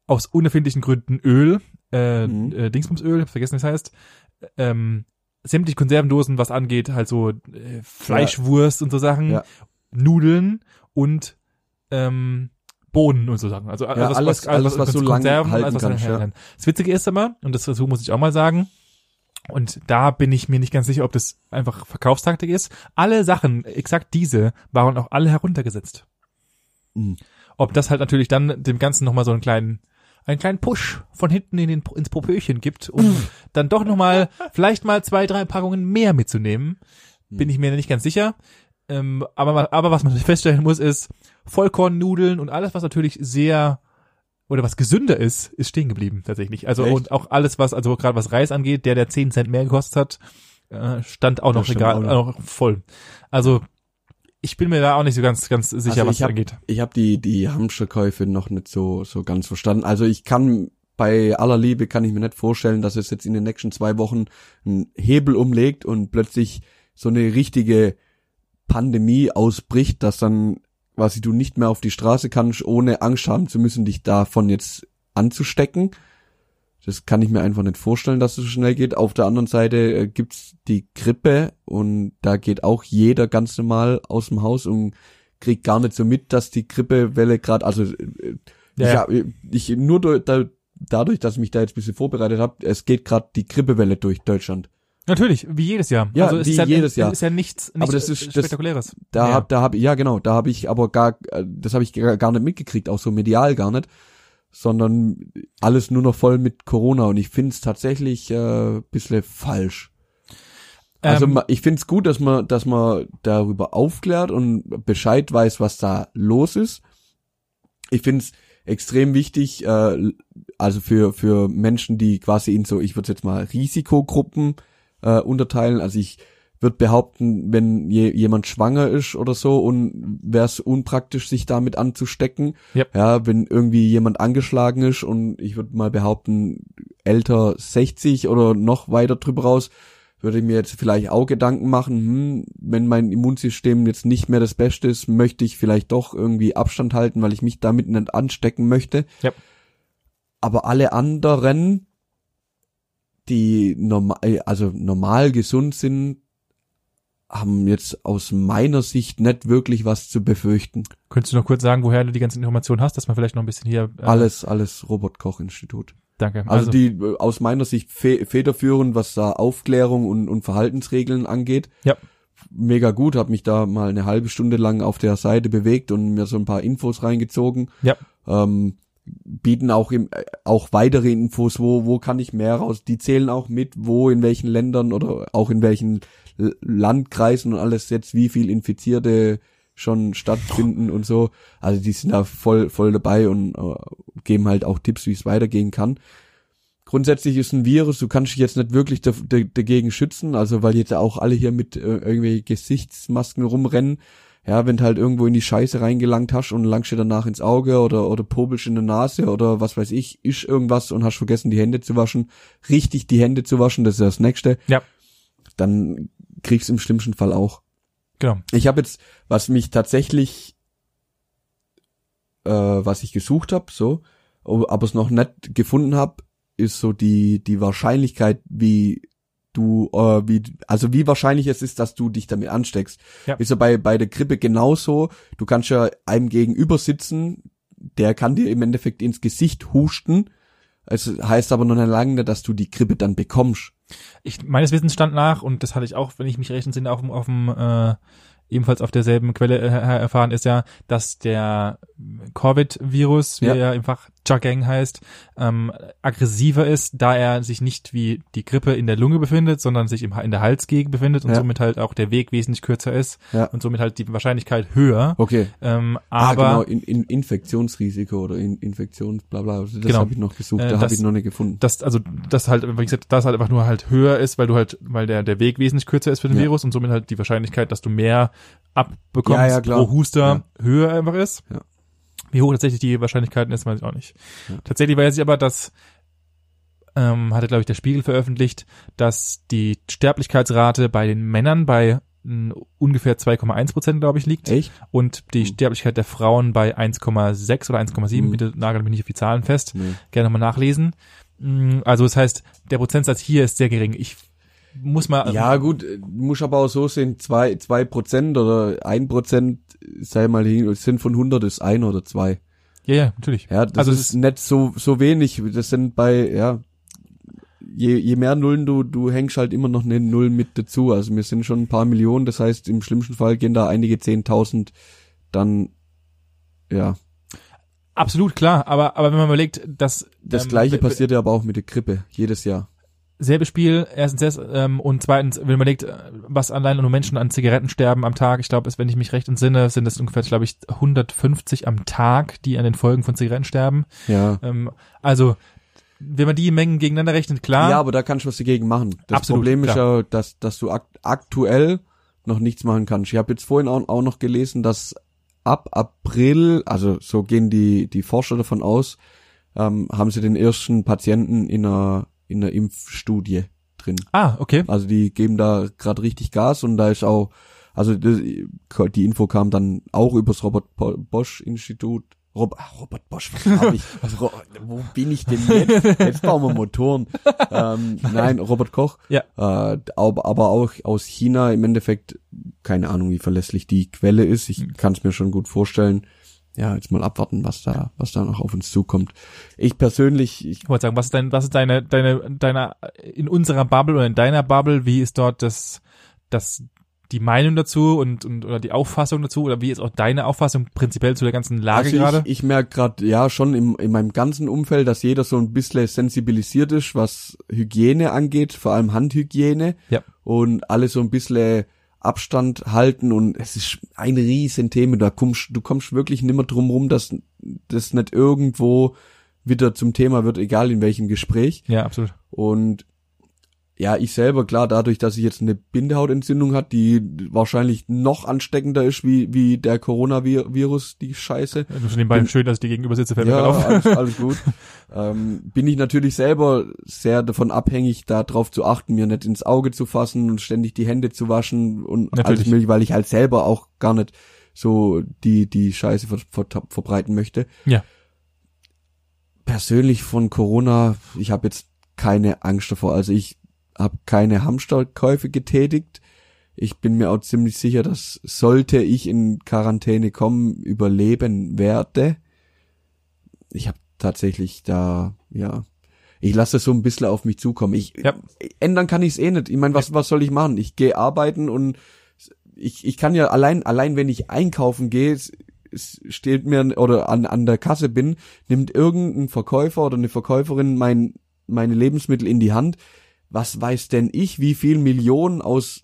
aus unerfindlichen Gründen Öl, äh, Mhm. äh, Dingsbumsöl, hab vergessen, wie es heißt, ähm, sämtliche Konservendosen, was angeht, halt so äh, Fleischwurst und so Sachen, Ja. Nudeln und ähm, Bohnen und so Sachen. Also Ja, alles- alles, was du lang halten kannst, ja. kann. Das Witzige ist aber, und das dazu muss ich auch mal sagen, und da bin ich mir nicht ganz sicher, ob das einfach Verkaufstaktik ist. Alle Sachen, exakt diese, waren auch alle heruntergesetzt. Mhm. Ob das halt natürlich dann dem Ganzen nochmal so einen kleinen, einen kleinen Push von hinten in den, ins Popöchen gibt, um dann doch nochmal, vielleicht mal zwei, drei Packungen mehr mitzunehmen. Hm. Bin ich mir nicht ganz sicher. Ähm, aber, ma- aber was man feststellen muss, ist, Vollkornnudeln und alles, was natürlich sehr oder was gesünder ist, ist stehen geblieben tatsächlich. Also Echt? und auch alles, was, also gerade was Reis angeht, der, der 10 Cent mehr gekostet hat, äh, stand auch Das noch stimmt Regal, auch noch. auch noch voll. Also ich bin mir da auch nicht so ganz, ganz sicher, Also was ich das hab- angeht. Ich habe die, die Hamsterkäufe noch nicht so, so ganz verstanden. Also ich kann bei aller Liebe kann ich mir nicht vorstellen, dass es jetzt in den nächsten zwei Wochen einen Hebel umlegt und plötzlich so eine richtige Pandemie ausbricht, dass dann quasi du nicht mehr auf die Straße kannst, ohne Angst haben zu müssen, dich davon jetzt anzustecken. Das kann ich mir einfach nicht vorstellen, dass es so schnell geht. Auf der anderen Seite äh, gibt's die Grippe und da geht auch jeder ganz normal aus dem Haus und kriegt gar nicht so mit, dass die Grippewelle gerade, also äh, Ja, ja. ja. ich, ich nur do, da, dadurch, dass ich mich da jetzt ein bisschen vorbereitet habe, es geht gerade die Grippewelle durch Deutschland. Natürlich, wie jedes Jahr. Ja, also es wie ist ja, jedes Jahr. Ist ja nichts, nichts Aber das ist- äh, das- Spektakuläres. Da Ja. hab, da hab, ja genau, da habe ich aber gar, äh, das habe ich gar gar nicht mitgekriegt, auch so medial gar nicht, sondern alles nur noch voll mit Corona und ich find's tatsächlich äh, bisschen falsch. Also ähm, ma- ich find's gut, dass man, dass man darüber aufklärt und Bescheid weiß, was da los ist. Ich find's extrem wichtig, äh, also für, für Menschen, die quasi in so, ich würde jetzt mal Risikogruppen äh, unterteilen. Also ich würde behaupten, wenn je, jemand schwanger ist oder so und wär's unpraktisch, sich damit anzustecken. Yep. Ja, wenn irgendwie jemand angeschlagen ist und ich würde mal behaupten, älter 60 oder noch weiter drüber raus, würde ich mir jetzt vielleicht auch Gedanken machen, hm, wenn mein Immunsystem jetzt nicht mehr das Beste ist, möchte ich vielleicht doch irgendwie Abstand halten, weil ich mich damit nicht anstecken möchte. Yep. Aber alle anderen, die normal, also normal gesund sind, haben jetzt aus meiner Sicht nicht wirklich was zu befürchten. könntest du noch kurz sagen, woher du die ganzen Informationen hast, dass man vielleicht noch ein bisschen hier... Äh, Alles, alles Robert-Koch-Institut. Danke. Also, die äh, aus meiner Sicht fe federführend, was da Aufklärung und, und Verhaltensregeln angeht. Ja. Mega gut, habe mich da mal eine halbe Stunde lang auf der Seite bewegt und mir so ein paar Infos reingezogen. Ja. Ähm, bieten auch im, äh, auch weitere Infos, wo wo kann ich mehr raus? Die zählen auch mit, wo in welchen Ländern oder auch in welchen L- Landkreisen und alles jetzt wie viel Infizierte schon stattfinden und so. Also die sind da voll voll dabei und äh, geben halt auch Tipps, wie es weitergehen kann grundsätzlich ist ein Virus, du kannst dich jetzt nicht wirklich da, da, dagegen schützen, also weil jetzt auch alle hier mit äh, irgendwelchen Gesichtsmasken rumrennen. Ja, wenn du halt irgendwo in die Scheiße reingelangt hast und langst dir danach ins Auge oder, oder popelst in der Nase oder was weiß ich, isch irgendwas und hast vergessen, die Hände zu waschen, richtig die Hände zu waschen, das ist das Nächste. Ja. Dann kriegst du im schlimmsten Fall auch. genau. Ich habe jetzt, was mich tatsächlich, äh, was ich gesucht habe, so, o- aber es noch nicht gefunden habe, ist so die die Wahrscheinlichkeit, wie du, äh, wie also wie wahrscheinlich es ist, dass du dich damit ansteckst. Ja. Ist ja bei bei der Grippe genauso. Du kannst ja einem gegenüber sitzen, der kann dir im Endeffekt ins Gesicht husten. Es heißt aber noch nicht lange, nicht, dass du die Grippe dann bekommst. ich meines Wissens stand nach und das hatte ich auch, wenn ich mich recht entsinne, auf dem, auf dem äh, ebenfalls auf derselben Quelle äh, erfahren ist ja, dass der Covid-Virus, wie Ja. er im Fach Jargon heißt, ähm, aggressiver ist, da er sich nicht wie die Grippe in der Lunge befindet, sondern sich im, Ha- in der Halsgegend befindet und Ja. somit halt auch der Weg wesentlich kürzer ist Ja. und somit halt die Wahrscheinlichkeit höher. Okay. Ähm, Ah, aber genau, in, in Infektionsrisiko oder in Infektions, bla bla, also das Genau. habe ich noch gesucht, Äh, da das- habe ich noch nicht gefunden. dass also das halt wie gesagt das halt einfach nur halt höher ist, weil du halt weil der der Weg wesentlich kürzer ist für den Ja. Virus und somit halt die Wahrscheinlichkeit, dass du mehr abbekommst Ja, ja, klar. pro Huster höher einfach ist. Ja. Wie hoch tatsächlich die Wahrscheinlichkeiten ist, weiß ich auch nicht. Ja. Tatsächlich weiß ich aber, dass ähm, hatte glaube ich der Spiegel veröffentlicht, dass die Sterblichkeitsrate bei den Männern bei mh, ungefähr 2,1 Prozent glaube ich liegt Echt? und die Hm. Sterblichkeit der Frauen bei 1,6 oder 1,7. Hm. Bitte nagel mich nicht auf die Zahlen fest Nee. gerne nochmal nachlesen. Mm, Also das heißt, der Prozentsatz hier ist sehr gering. Ich muss mal. Ja gut, äh, muss aber auch so sehen, zwei, zwei Prozent oder ein Prozent, sei mal hin, sind von 100 ist ein oder zwei. Ja, ja, natürlich. Ja, das also Also es ist, nicht so, so wenig, das sind bei, ja, je, je mehr Nullen du, du hängst halt immer noch eine Null mit dazu, also wir sind schon ein paar Millionen, das heißt, im schlimmsten Fall gehen da einige 10.000 dann, ja, Absolut klar. Aber, aber wenn man überlegt, dass das ähm, gleiche be- be- passiert ja aber auch mit der Grippe, jedes Jahr. Selbes Spiel, erstens das, ähm, und zweitens, wenn man überlegt, äh, was allein nur Menschen an Zigaretten sterben am Tag, ich glaube, es, wenn ich mich recht entsinne, sind es ungefähr, glaube ich, 150 am Tag, die an den Folgen von Zigaretten sterben. Ja. Ähm, also, wenn man die Mengen gegeneinander rechnet, klar. Ja, aber da kannst du was dagegen machen. Das Absolut, Problem ist klar. ja, dass, dass du ak aktuell noch nichts machen kannst. Ich habe jetzt vorhin auch, auch noch gelesen, dass ab April, also so gehen die, die Forscher davon aus, ähm, haben sie den ersten Patienten in einer, in einer Impfstudie drin. ah, okay. Also die geben da gerade richtig Gas und da ist auch, also das, die Info kam dann auch übers Robert Bo- Bosch Institut Rob Ach, Robert Bosch, was hab ich? Was, Ro- wo bin ich denn jetzt? Jetzt bauen wir Motoren. Ähm, nein, Robert Koch. Ja. Äh, aber, aber auch aus China im Endeffekt, keine Ahnung, wie verlässlich die Quelle ist. Ich Mhm. kann es mir schon gut vorstellen. Ja, jetzt mal abwarten, was da, was da noch auf uns zukommt. Ich persönlich, ich Ich wollte sagen, was ist dein, was ist deine, deine, deiner, in unserer Bubble oder in deiner Bubble, wie ist dort das, das, die Meinung dazu und, und oder die Auffassung dazu oder wie ist auch deine Auffassung prinzipiell zu der ganzen Lage Also gerade? Ich, ich merke gerade, ja, schon im, in meinem ganzen Umfeld, dass jeder so ein bisschen sensibilisiert ist, was Hygiene angeht, vor allem Handhygiene. Ja. Und alle so ein bisschen Abstand halten und es ist ein riesen Thema. Da kommst, du kommst wirklich nimmer drum rum, dass das nicht irgendwo wieder zum Thema wird, egal in welchem Gespräch. Ja, absolut. Und ja, ich selber, klar, dadurch, dass ich jetzt eine Bindehautentzündung hat, die wahrscheinlich noch ansteckender ist wie, wie der Coronavirus, die Scheiße. Nur schon nebenbei schön, dass ich dir gegenüber sitze, fällt mir Ja, also- gerade auf. alles, alles gut. ähm, bin ich natürlich selber sehr davon abhängig, darauf zu achten, mir nicht ins Auge zu fassen und ständig die Hände zu waschen und Natürlich. alles mögliche, weil ich halt selber auch gar nicht so die, die Scheiße ver ver verbreiten möchte. Ja. Persönlich von Corona, ich habe jetzt keine Angst davor. Also ich habe keine Hamsterkäufe getätigt. Ich bin mir auch ziemlich sicher, dass sollte ich in Quarantäne kommen, überleben werde ich habe tatsächlich da, ja, ich lasse das so ein bisschen auf mich zukommen. Ich Ja. ändern kann ich es eh nicht. Ich meine, was was soll ich machen? Ich gehe arbeiten und ich, ich kann ja allein allein wenn ich einkaufen gehe, es, es steht mir oder an an der Kasse bin, nimmt irgendein Verkäufer oder eine Verkäuferin mein meine Lebensmittel in die Hand. Was weiß denn ich, wie viel Millionen aus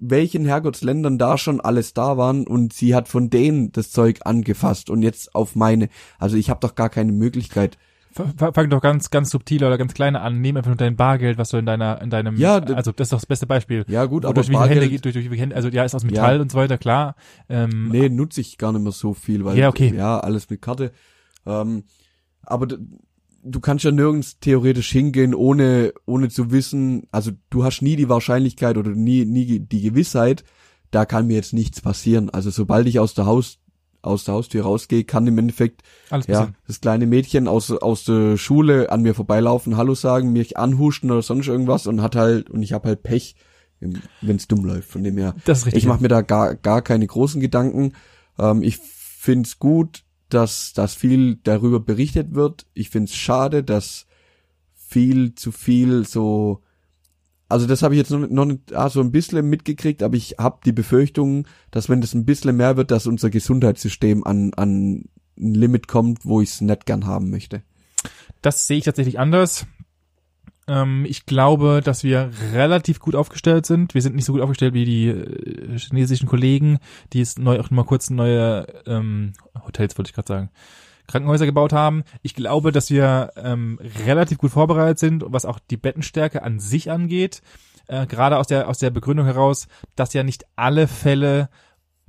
welchen Herrgottsländern da schon alles da waren und sie hat von denen das Zeug angefasst und jetzt auf meine. Also ich habe doch gar keine Möglichkeit. F- f- Fang doch ganz, ganz subtil oder ganz kleine an. Nimm einfach nur dein Bargeld, was du in deiner, in deinem, Ja, d- also das ist doch das beste Beispiel. Ja gut, aber durch wie die Hände, Bargeld, geht, durch, durch wie die Hände, also ja, ist aus Metall Ja. und so weiter, klar. Ähm, nee, nutze ich gar nicht mehr so viel, weil Ja, okay. ja alles mit Karte. Ähm, aber d- du kannst ja nirgends theoretisch hingehen, ohne ohne zu wissen. Also du hast nie die Wahrscheinlichkeit oder nie nie die Gewissheit, da kann mir jetzt nichts passieren. Also sobald ich aus der Haus aus der Haustür rausgehe, kann im Endeffekt Alles Ja, bisschen. das kleine Mädchen aus, aus der Schule an mir vorbeilaufen, Hallo sagen, mich anhuschen oder sonst irgendwas und hat halt, und ich habe halt Pech, wenn es dumm läuft. Von dem her, Das ist richtig. ich mache mir da gar, gar keine großen Gedanken. Ähm, ich find's gut, dass, dass viel darüber berichtet wird. Ich find's schade, dass viel zu viel so. Also das habe ich jetzt noch, noch nicht, ah, so ein bisschen mitgekriegt, aber ich habe die Befürchtung, dass wenn das ein bisschen mehr wird, dass unser Gesundheitssystem an, an ein Limit kommt, wo ich's nicht gern haben möchte. Das sehe ich tatsächlich anders. Ähm, ich glaube, dass wir relativ gut aufgestellt sind. Wir sind nicht so gut aufgestellt wie die äh, chinesischen Kollegen, die jetzt neu auch mal kurz neue ähm, Hotels, wollte ich gerade sagen, Krankenhäuser gebaut haben. Ich glaube, dass wir ähm, relativ gut vorbereitet sind, was auch die Bettenstärke an sich angeht. Äh, gerade aus der, aus der Begründung heraus, dass ja nicht alle Fälle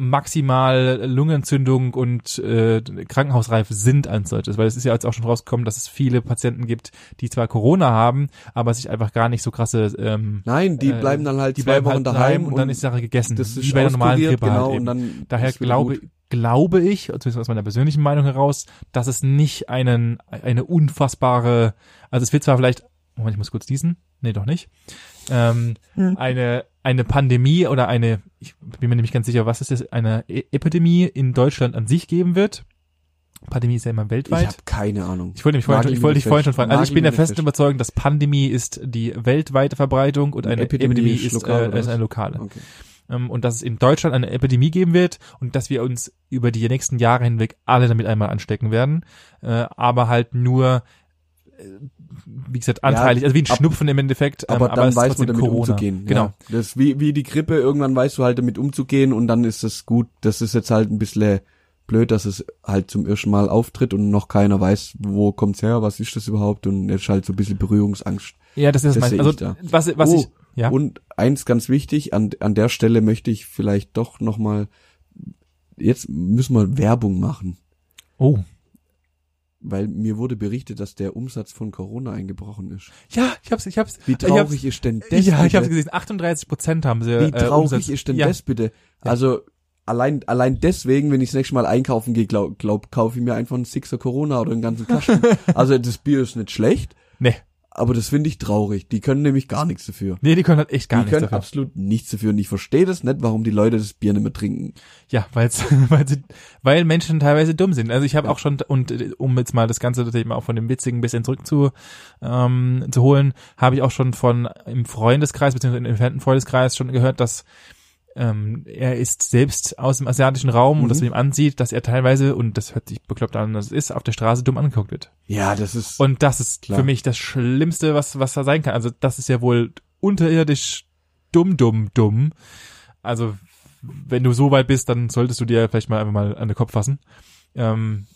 maximal Lungenentzündung und äh, krankenhausreif sind als solches, weil es ist ja jetzt auch schon rausgekommen, dass es viele Patienten gibt, die zwar Corona haben, aber sich einfach gar nicht so krasse ähm, Nein, die Äh, bleiben dann halt die zwei bleiben Wochen halt daheim daheim und, dann ist die Sache gegessen. das ist wie bei der normalen auskuriert, Grippe genau, halt und eben. dann Daher ist wieder glaube, gut. glaube ich, zumindest aus meiner persönlichen Meinung heraus, dass es nicht einen, eine unfassbare, also es wird zwar vielleicht, Moment, ich muss kurz diesen, nee, doch nicht, ähm, Hm. eine, eine Pandemie oder eine, ich bin mir nämlich ganz sicher, was ist das, eine E- Epidemie in Deutschland an sich geben wird. Pandemie ist ja immer ich habe weltweit. keine Ahnung. Ich wollte mich vorhin Nagel schon, ich mich wollte nicht dich vorhin schon fest. fragen. Also ich Nagel bin der mich nicht festen Überzeugung, dass Pandemie ist die weltweite Verbreitung und eine Epidemie, Epidemie ist ist, lokal, äh, oder ist was? Oh. eine lokale. Okay. Ähm, und dass es in Deutschland eine Epidemie geben wird und dass wir uns über die nächsten Jahre hinweg alle damit einmal anstecken werden, äh, aber halt nur, äh, wie gesagt, anteilig, also wie ein ab- Schnupfen im Endeffekt, ähm, aber dann es weiß ist man trotzdem damit Corona. umzugehen. Genau. Ja. Das ist wie, wie die Grippe, irgendwann weißt du halt damit umzugehen und dann ist es gut. Das ist jetzt halt ein bisschen blöd, dass es halt zum ersten Mal auftritt und noch keiner weiß, wo kommt's her, was ist das überhaupt und jetzt halt so ein bisschen Berührungsangst. Ja, das ist Das das, sehe mein, also ich da. was, was Oh, ich, ja, Und eins ganz wichtig, an, an der Stelle möchte ich vielleicht doch nochmal, jetzt müssen wir Werbung machen. oh, Weil mir wurde berichtet, dass der Umsatz von Corona eingebrochen ist. ja, ich hab's, ich hab's, Wie ich hab's, traurig ist denn das? ja, ich bitte? hab's gesehen, 38 Prozent haben sie, Wie äh, traurig Umsatz. ist denn ja, das bitte? Ja. Also allein, allein deswegen, wenn ich das nächste Mal einkaufen gehe, glaub, glaub kaufe ich mir einfach einen Sixer Corona oder einen ganzen Kasten. also das Bier ist nicht schlecht, Nee. aber das finde ich traurig. Die können nämlich gar nichts dafür. Nee, die können halt echt gar die nichts können dafür. absolut nichts dafür. Und ich verstehe das nicht, warum die Leute das Bier nicht mehr trinken. Ja, weil's, weil, sie, weil Menschen teilweise dumm sind. Also ich habe auch schon, und äh, um jetzt mal das ganze Thema auch von dem Witzigen ein bisschen zurück zu, ähm, zu holen, habe ich auch schon von im Freundeskreis, beziehungsweise im entfernten Freundeskreis schon gehört, dass ähm, er ist selbst aus dem asiatischen Raum und Mhm. dass man ihm ansieht, dass er teilweise, und das hört sich bekloppt an, dass es ist, auf der Straße dumm angeguckt wird. Ja, das ist. Und das ist Klar. für mich das Schlimmste, was, was da sein kann. Also das ist ja wohl unterirdisch dumm, dumm, dumm. Also wenn du so weit bist, dann solltest du dir vielleicht mal einfach mal an den Kopf fassen. Ähm,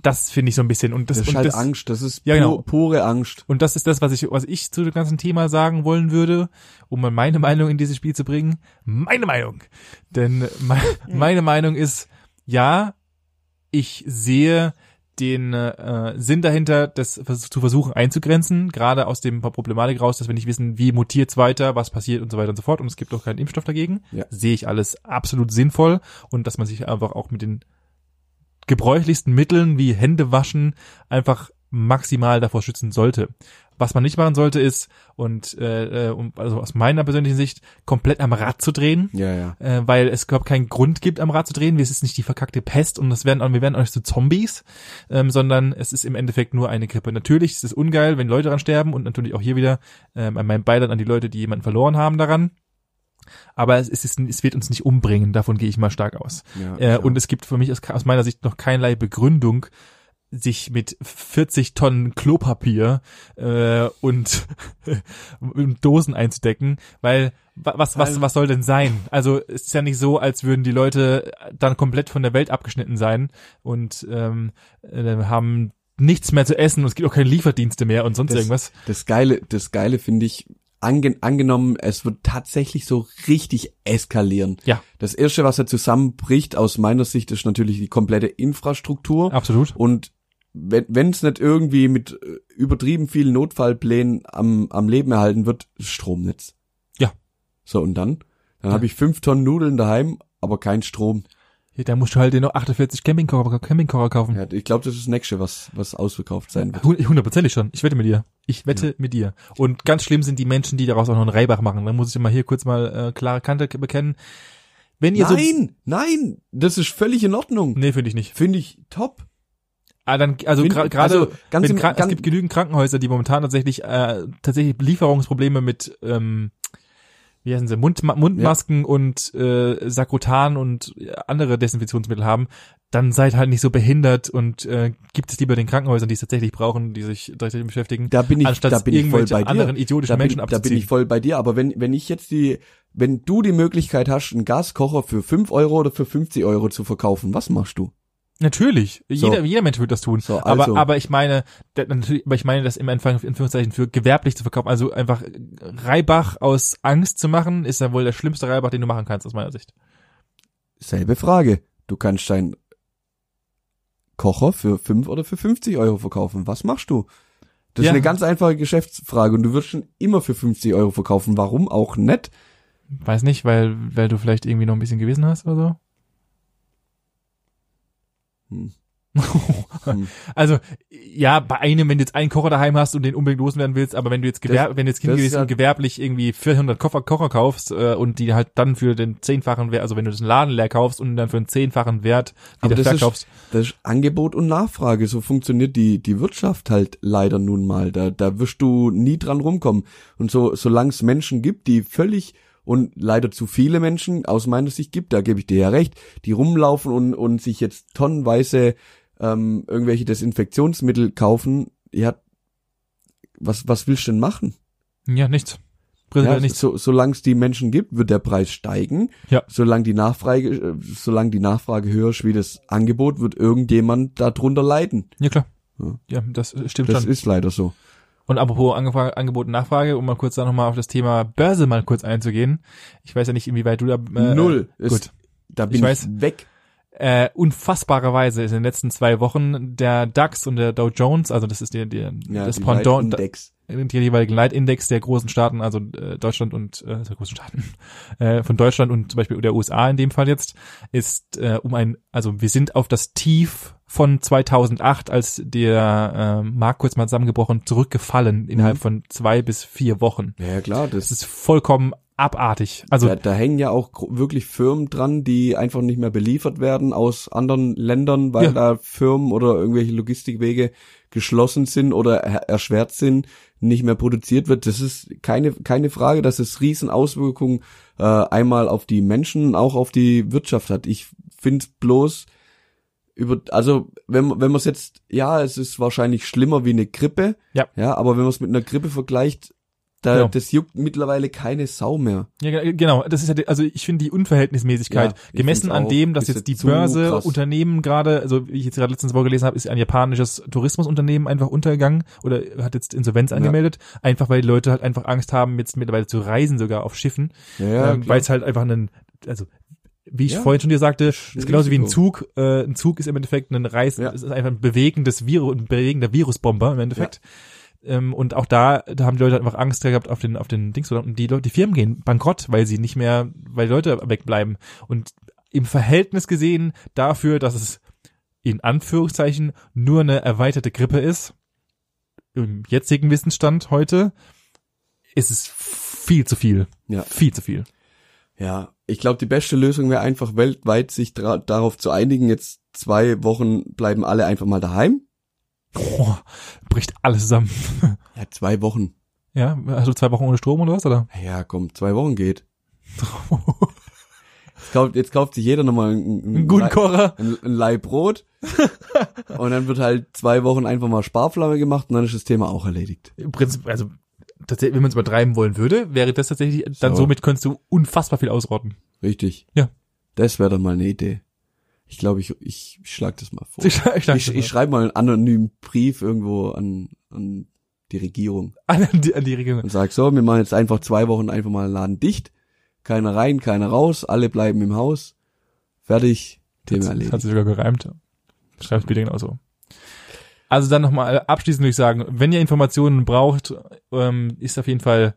das finde ich so ein bisschen. Und das, das ist und halt das, Angst, das ist Ja, ja, genau. pure Angst. und das ist das, was ich, was ich zu dem ganzen Thema sagen wollen würde, um mal meine Meinung in dieses Spiel zu bringen. Meine Meinung. Denn me meine Meinung ist, ja, ich sehe den äh, Sinn dahinter, das vers- zu versuchen einzugrenzen, gerade aus dem Problematik raus, dass wir nicht wissen, wie mutiert's weiter, was passiert und so weiter und so fort. Und es gibt auch keinen Impfstoff dagegen. Ja. Sehe ich alles absolut sinnvoll und dass man sich einfach auch mit den gebräuchlichsten Mitteln wie Hände waschen einfach maximal davor schützen sollte. Was man nicht machen sollte ist, und äh, äh, um, also aus meiner persönlichen Sicht, komplett am Rad zu drehen, Ja, ja. äh, weil es überhaupt keinen Grund gibt, am Rad zu drehen. Es ist nicht die verkackte Pest und das werden, auch- wir werden auch nicht zu Zombies, ähm, sondern es ist im Endeffekt nur eine Grippe. Natürlich ist es ungeil, wenn Leute daran sterben und natürlich auch hier wieder ähm, an meinem Beileid an die Leute, die jemanden verloren haben daran. Aber es, ist, es wird uns nicht umbringen, davon gehe ich mal stark aus. ja Äh, klar. und es gibt für mich aus, aus meiner Sicht noch keinerlei Begründung, sich mit 40 Tonnen Klopapier äh, und, und Dosen einzudecken, weil wa- was, was, was soll denn sein? Also es ist ja nicht so, als würden die Leute dann komplett von der Welt abgeschnitten sein und ähm, äh, haben nichts mehr zu essen und es gibt auch keine Lieferdienste mehr und sonst Das- irgendwas. Das Geile, das Geile finde ich, ange, angenommen, es wird tatsächlich so richtig eskalieren. Ja. Das erste, was ja zusammenbricht, aus meiner Sicht, ist natürlich die komplette Infrastruktur. Absolut. Und wenn es nicht irgendwie mit äh, übertrieben vielen Notfallplänen am, am Leben erhalten wird, ist Stromnetz. Ja. So, und dann? Dann Ja. habe ich fünf Tonnen Nudeln daheim, aber kein Strom. Ja, da musst du halt dir noch 48 Campingkocher, Campingkocher kaufen. Ja, ich glaube, das ist das nächste, was, was ausverkauft sein wird. Hun- Hundertprozentig schon. Ich wette mit dir. Ich wette mit dir. Und ganz schlimm sind die Menschen, die daraus auch noch einen Reibach machen. Da muss ich mal hier kurz mal äh, klare Kante k- bekennen. Wenn ihr so. Nein, nein, das ist völlig in Ordnung. Nee, finde ich nicht. Finde ich top. Ah, dann, also Find- gra- gerade. also ganz im, wenn krank- es ganz, gibt genügend Krankenhäuser, die momentan tatsächlich äh, tatsächlich Lieferungsprobleme mit ähm, wie heißen sie Mund, Ma- Mundmasken und äh, Sakrotan und äh, andere Desinfektionsmittel haben, dann seid halt nicht so behindert und äh, gibt es lieber den Krankenhäusern, die es tatsächlich brauchen, die sich tatsächlich beschäftigen, da bin ich, anstatt da bin ich voll Also irgendwelche bei dir. anderen idiotischen Da bin, Menschen da abzuziehen. bin ich voll bei dir, aber wenn, wenn ich jetzt die, wenn du die Möglichkeit hast, einen Gaskocher für 5 Euro oder für 50 Euro zu verkaufen, was machst du? Natürlich. So. Jeder, jeder Mensch würde das tun. So, also. Aber, aber ich meine, da- natürlich, aber ich meine, das im Anfang, in Anführungszeichen, für gewerblich zu verkaufen. Also einfach Reibach aus Angst zu machen, ist ja wohl der schlimmste Reibach, den du machen kannst, aus meiner Sicht. Selbe Frage. Du kannst deinen Kocher für 5 oder für 50 Euro verkaufen. Was machst du? Das Ja. ist eine ganz einfache Geschäftsfrage und du wirst schon immer für 50 Euro verkaufen. Warum auch nicht? Weiß nicht, weil, weil du vielleicht irgendwie noch ein bisschen gewesen hast oder so. Hm. Hm. Also, ja, bei einem, wenn du jetzt einen Kocher daheim hast und den unbedingt loswerden willst, aber wenn du jetzt, gewer wenn du jetzt das Kind gewesen ist ja- und gewerblich irgendwie 400 Koffer, Kocher kaufst äh, und die halt dann für den zehnfachen Wert, also wenn du das Laden leer kaufst und dann für den zehnfachen Wert Aber wieder das ist- verkaufst, Das ist Angebot und Nachfrage. So funktioniert die, die Wirtschaft halt leider nun mal. Da, da wirst du nie dran rumkommen. Und so, solange es Menschen gibt, die völlig und leider zu viele Menschen aus meiner Sicht gibt, da gebe ich dir ja recht, die rumlaufen und, und sich jetzt tonnenweise ähm, irgendwelche Desinfektionsmittel kaufen, ja, was, was willst du denn machen? Ja, nichts. Prinzipiell ja, nichts. So, solange es die Menschen gibt, wird der Preis steigen. Ja. Solange die Nachfrage, äh, solange die Nachfrage höher ist wie das Angebot, wird irgendjemand darunter leiden. Ja, klar. Ja. Ja, das äh, stimmt Das schon. ist leider so. Und apropos Angefrage, Angebot und Nachfrage, um mal kurz da nochmal auf das Thema Börse mal kurz einzugehen. Ich weiß ja nicht, inwieweit du da... Äh, Null. Gut. Ist, da bin ich, weiß. weg. Äh, unfassbarerweise ist in den letzten zwei Wochen der DAX und der Dow Jones, also das ist der, der Ja, das die Pendant, Leitindex. den jeweiligen Leitindex der großen Staaten, also äh, Deutschland und äh, der großen Staaten, äh, von Deutschland und zum Beispiel der USA in dem Fall jetzt, ist äh, um ein, also wir sind auf das Tief von 2008, als der äh, Markt kurz mal zusammengebrochen, zurückgefallen innerhalb Mhm. von zwei bis vier Wochen. Ja, klar, Das das, ist vollkommen abartig. Also da, da hängen ja auch gro- wirklich Firmen dran, die einfach nicht mehr beliefert werden aus anderen Ländern, weil Ja. da Firmen oder irgendwelche Logistikwege geschlossen sind oder er erschwert sind, nicht mehr produziert wird. Das ist keine, keine Frage, dass es riesen Auswirkungen äh, einmal auf die Menschen, auch auf die Wirtschaft hat. Ich finde bloß über, also wenn, man- wenn man es jetzt, ja, es ist wahrscheinlich schlimmer wie eine Grippe, Ja. ja aber wenn man es mit einer Grippe vergleicht, da, Genau. das juckt mittlerweile keine Sau mehr. Ja, ge- genau. Das ist ja, die- also ich finde die Unverhältnismäßigkeit Ja, ich gemessen find's an auch dem, ein dass bisschen jetzt die zu Börse, krass. Unternehmen gerade, also wie ich jetzt gerade letztens Woche gelesen habe, ist ein japanisches Tourismusunternehmen einfach untergegangen oder hat jetzt Insolvenz angemeldet, einfach weil die Leute halt einfach Angst haben, jetzt mittlerweile zu reisen sogar auf Schiffen, Ja, ähm, klar. weil es halt einfach einen, also wie ich Ja. vorhin schon dir sagte, ist genauso wie ein Risiko. Zug. Äh, ein Zug ist im Endeffekt ein Reis, Ja. es ist einfach ein bewegendes Virus, ein bewegender Virusbomber im Endeffekt. Ähm, und auch da, da haben die Leute halt einfach Angst gehabt auf den, auf den Dings. Und die Leute, die Firmen gehen bankrott, weil sie nicht mehr, weil die Leute wegbleiben. Und im Verhältnis gesehen dafür, dass es in Anführungszeichen nur eine erweiterte Grippe ist, im jetzigen Wissensstand heute, ist es viel zu viel. Ja. Viel zu viel. Ja, ich glaube, die beste Lösung wäre einfach weltweit sich dra- darauf zu einigen. Jetzt zwei Wochen bleiben alle einfach mal daheim. Boah, bricht alles zusammen. Ja, zwei Wochen. Ja, also zwei Wochen ohne Strom oder was, oder? Ja, komm, zwei Wochen geht. Jetzt kauft, jetzt kauft sich jeder nochmal einen, einen, Einen guten Lei- Kocher. einen, einen Leib Brot. und dann wird halt zwei Wochen einfach mal Sparflamme gemacht und dann ist das Thema auch erledigt. Im Prinzip, also, tatsächlich, wenn man es übertreiben wollen würde, wäre das tatsächlich, dann So. somit könntest du unfassbar viel ausrotten. Richtig. Ja. Das wäre dann mal eine Idee. Ich glaube, ich, ich schlag das mal vor. Ich, Ich, ich, ich, schreibe mal einen anonymen Brief irgendwo an, an die Regierung. an, die, an die Regierung. und sag so, wir machen jetzt einfach zwei Wochen einfach mal den Laden dicht. Keiner rein, keiner raus, alle bleiben im Haus. Fertig, Thema Das hat erledigt. sich sogar gereimt. Schreib's bitte genauso. Also dann nochmal abschließend würde ich sagen, wenn ihr Informationen braucht, ähm, ist auf jeden Fall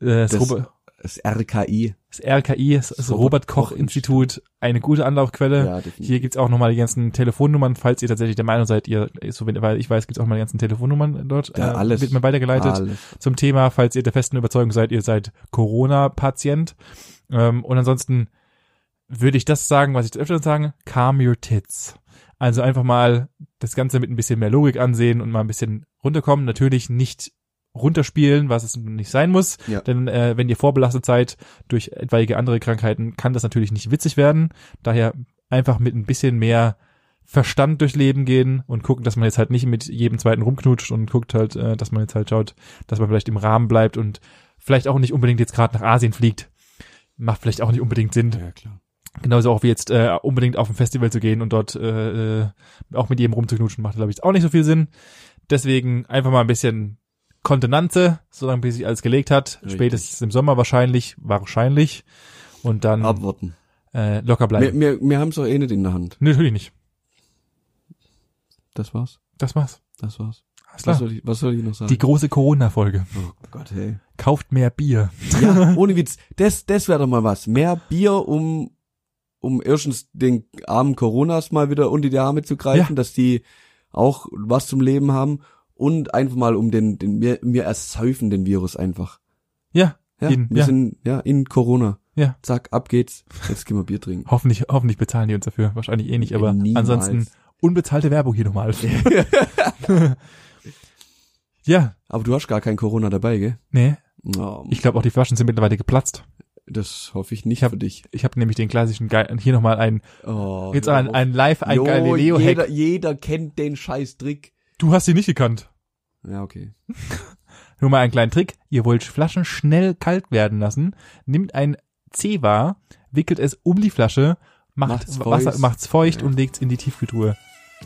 äh, das, Das- Robe- Das RKI. das RKI, das, das Robert Koch Robert-Koch-Institut, eine gute Anlaufquelle. definitiv. Hier gibt's auch nochmal die ganzen Telefonnummern, falls ihr tatsächlich der Meinung seid, ihr, so wie- weil ich weiß, gibt's auch mal die ganzen Telefonnummern dort. Ja, äh, alles. Wird mal weitergeleitet Alles. zum Thema, falls ihr der festen Überzeugung seid, ihr seid Corona-Patient. Ähm, und ansonsten würde ich das sagen, was ich öfter sage, calm your tits. Also einfach mal das Ganze mit ein bisschen mehr Logik ansehen und mal ein bisschen runterkommen. Natürlich nicht runterspielen, was es nicht sein muss. Ja. Denn äh, wenn ihr vorbelastet seid durch etwaige andere Krankheiten, kann das natürlich nicht witzig werden. Daher einfach mit ein bisschen mehr Verstand durchs Leben gehen und gucken, dass man jetzt halt nicht mit jedem zweiten rumknutscht und guckt halt, äh, dass man jetzt halt schaut, dass man vielleicht im Rahmen bleibt und vielleicht auch nicht unbedingt jetzt gerade nach Asien fliegt. Macht vielleicht auch nicht unbedingt Sinn. Ja, klar. Genauso auch wie jetzt äh, unbedingt auf ein Festival zu gehen und dort äh, äh, auch mit jedem rumzuknutschen, macht, glaube ich, auch nicht so viel Sinn. Deswegen einfach mal ein bisschen Kontenanze, solange bis sich alles gelegt hat. Richtig. Spätestens im Sommer wahrscheinlich, wahrscheinlich. Und dann Abwarten. äh, locker Wir, bleiben. wir, wir haben's doch eh nicht in der Hand. Nö, Natürlich nicht. Das war's. Das war's. Das war's. Alles Was klar. soll, ich, was soll ich noch sagen? Die große Corona-Folge. oh Gott, hey. Kauft mehr Bier. Ja, ohne Witz. Das, das wäre doch mal was. Mehr Bier, um, um erstens den armen Coronas mal wieder unter die Arme zu greifen, dass die auch was zum Leben haben und einfach mal um den, den wir, wir ersäufen den Virus einfach. Ja, Ja, In- wir ja. sind ja in Corona. Ja. Zack, ab geht's. Jetzt gehen wir Bier trinken. hoffentlich, hoffentlich bezahlen die uns dafür. Wahrscheinlich eh nicht, aber Niemals. ansonsten unbezahlte Werbung hier nochmal. ja, Aber du hast gar kein Corona dabei, gell? nee. Oh, Ich glaube auch die Flaschen sind mittlerweile geplatzt. das hoffe ich nicht Ich hab- für dich. Ich habe nämlich den klassischen Geil und hier nochmal ein Oh, jetzt hör ein, auf. ein Live ein Jo, Galileo jeder, Hack. jeder kennt den scheiß Trick. Du hast sie nicht gekannt. Ja, okay. Nur mal einen kleinen Trick. Ihr wollt Flaschen schnell kalt werden lassen, nimmt ein Zewa, wickelt es um die Flasche, macht Macht's macht's feucht. Wasser, macht's feucht Ja. und legt's in die Tiefkühltruhe.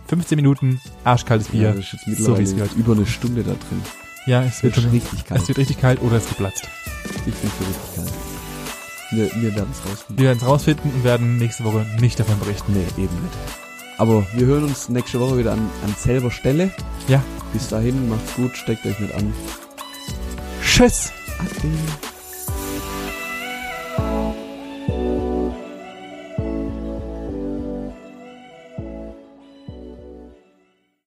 15 Minuten arschkaltes Ja, Bier. das ist jetzt so wie mittlerweile es gehört. über eine Stunde da drin. Ja, es wird Wird schon schon richtig kalt. es wird richtig kalt oder es geplatzt. Ich bin für richtig kalt. Wir, wir werden es rausfinden. Wir werden es rausfinden und werden nächste Woche nicht davon berichten. Nee, eben nicht. Aber wir hören uns nächste Woche wieder an, an selber Stelle. Ja. Bis dahin, macht's gut, steckt euch nicht an. Tschüss. Ade.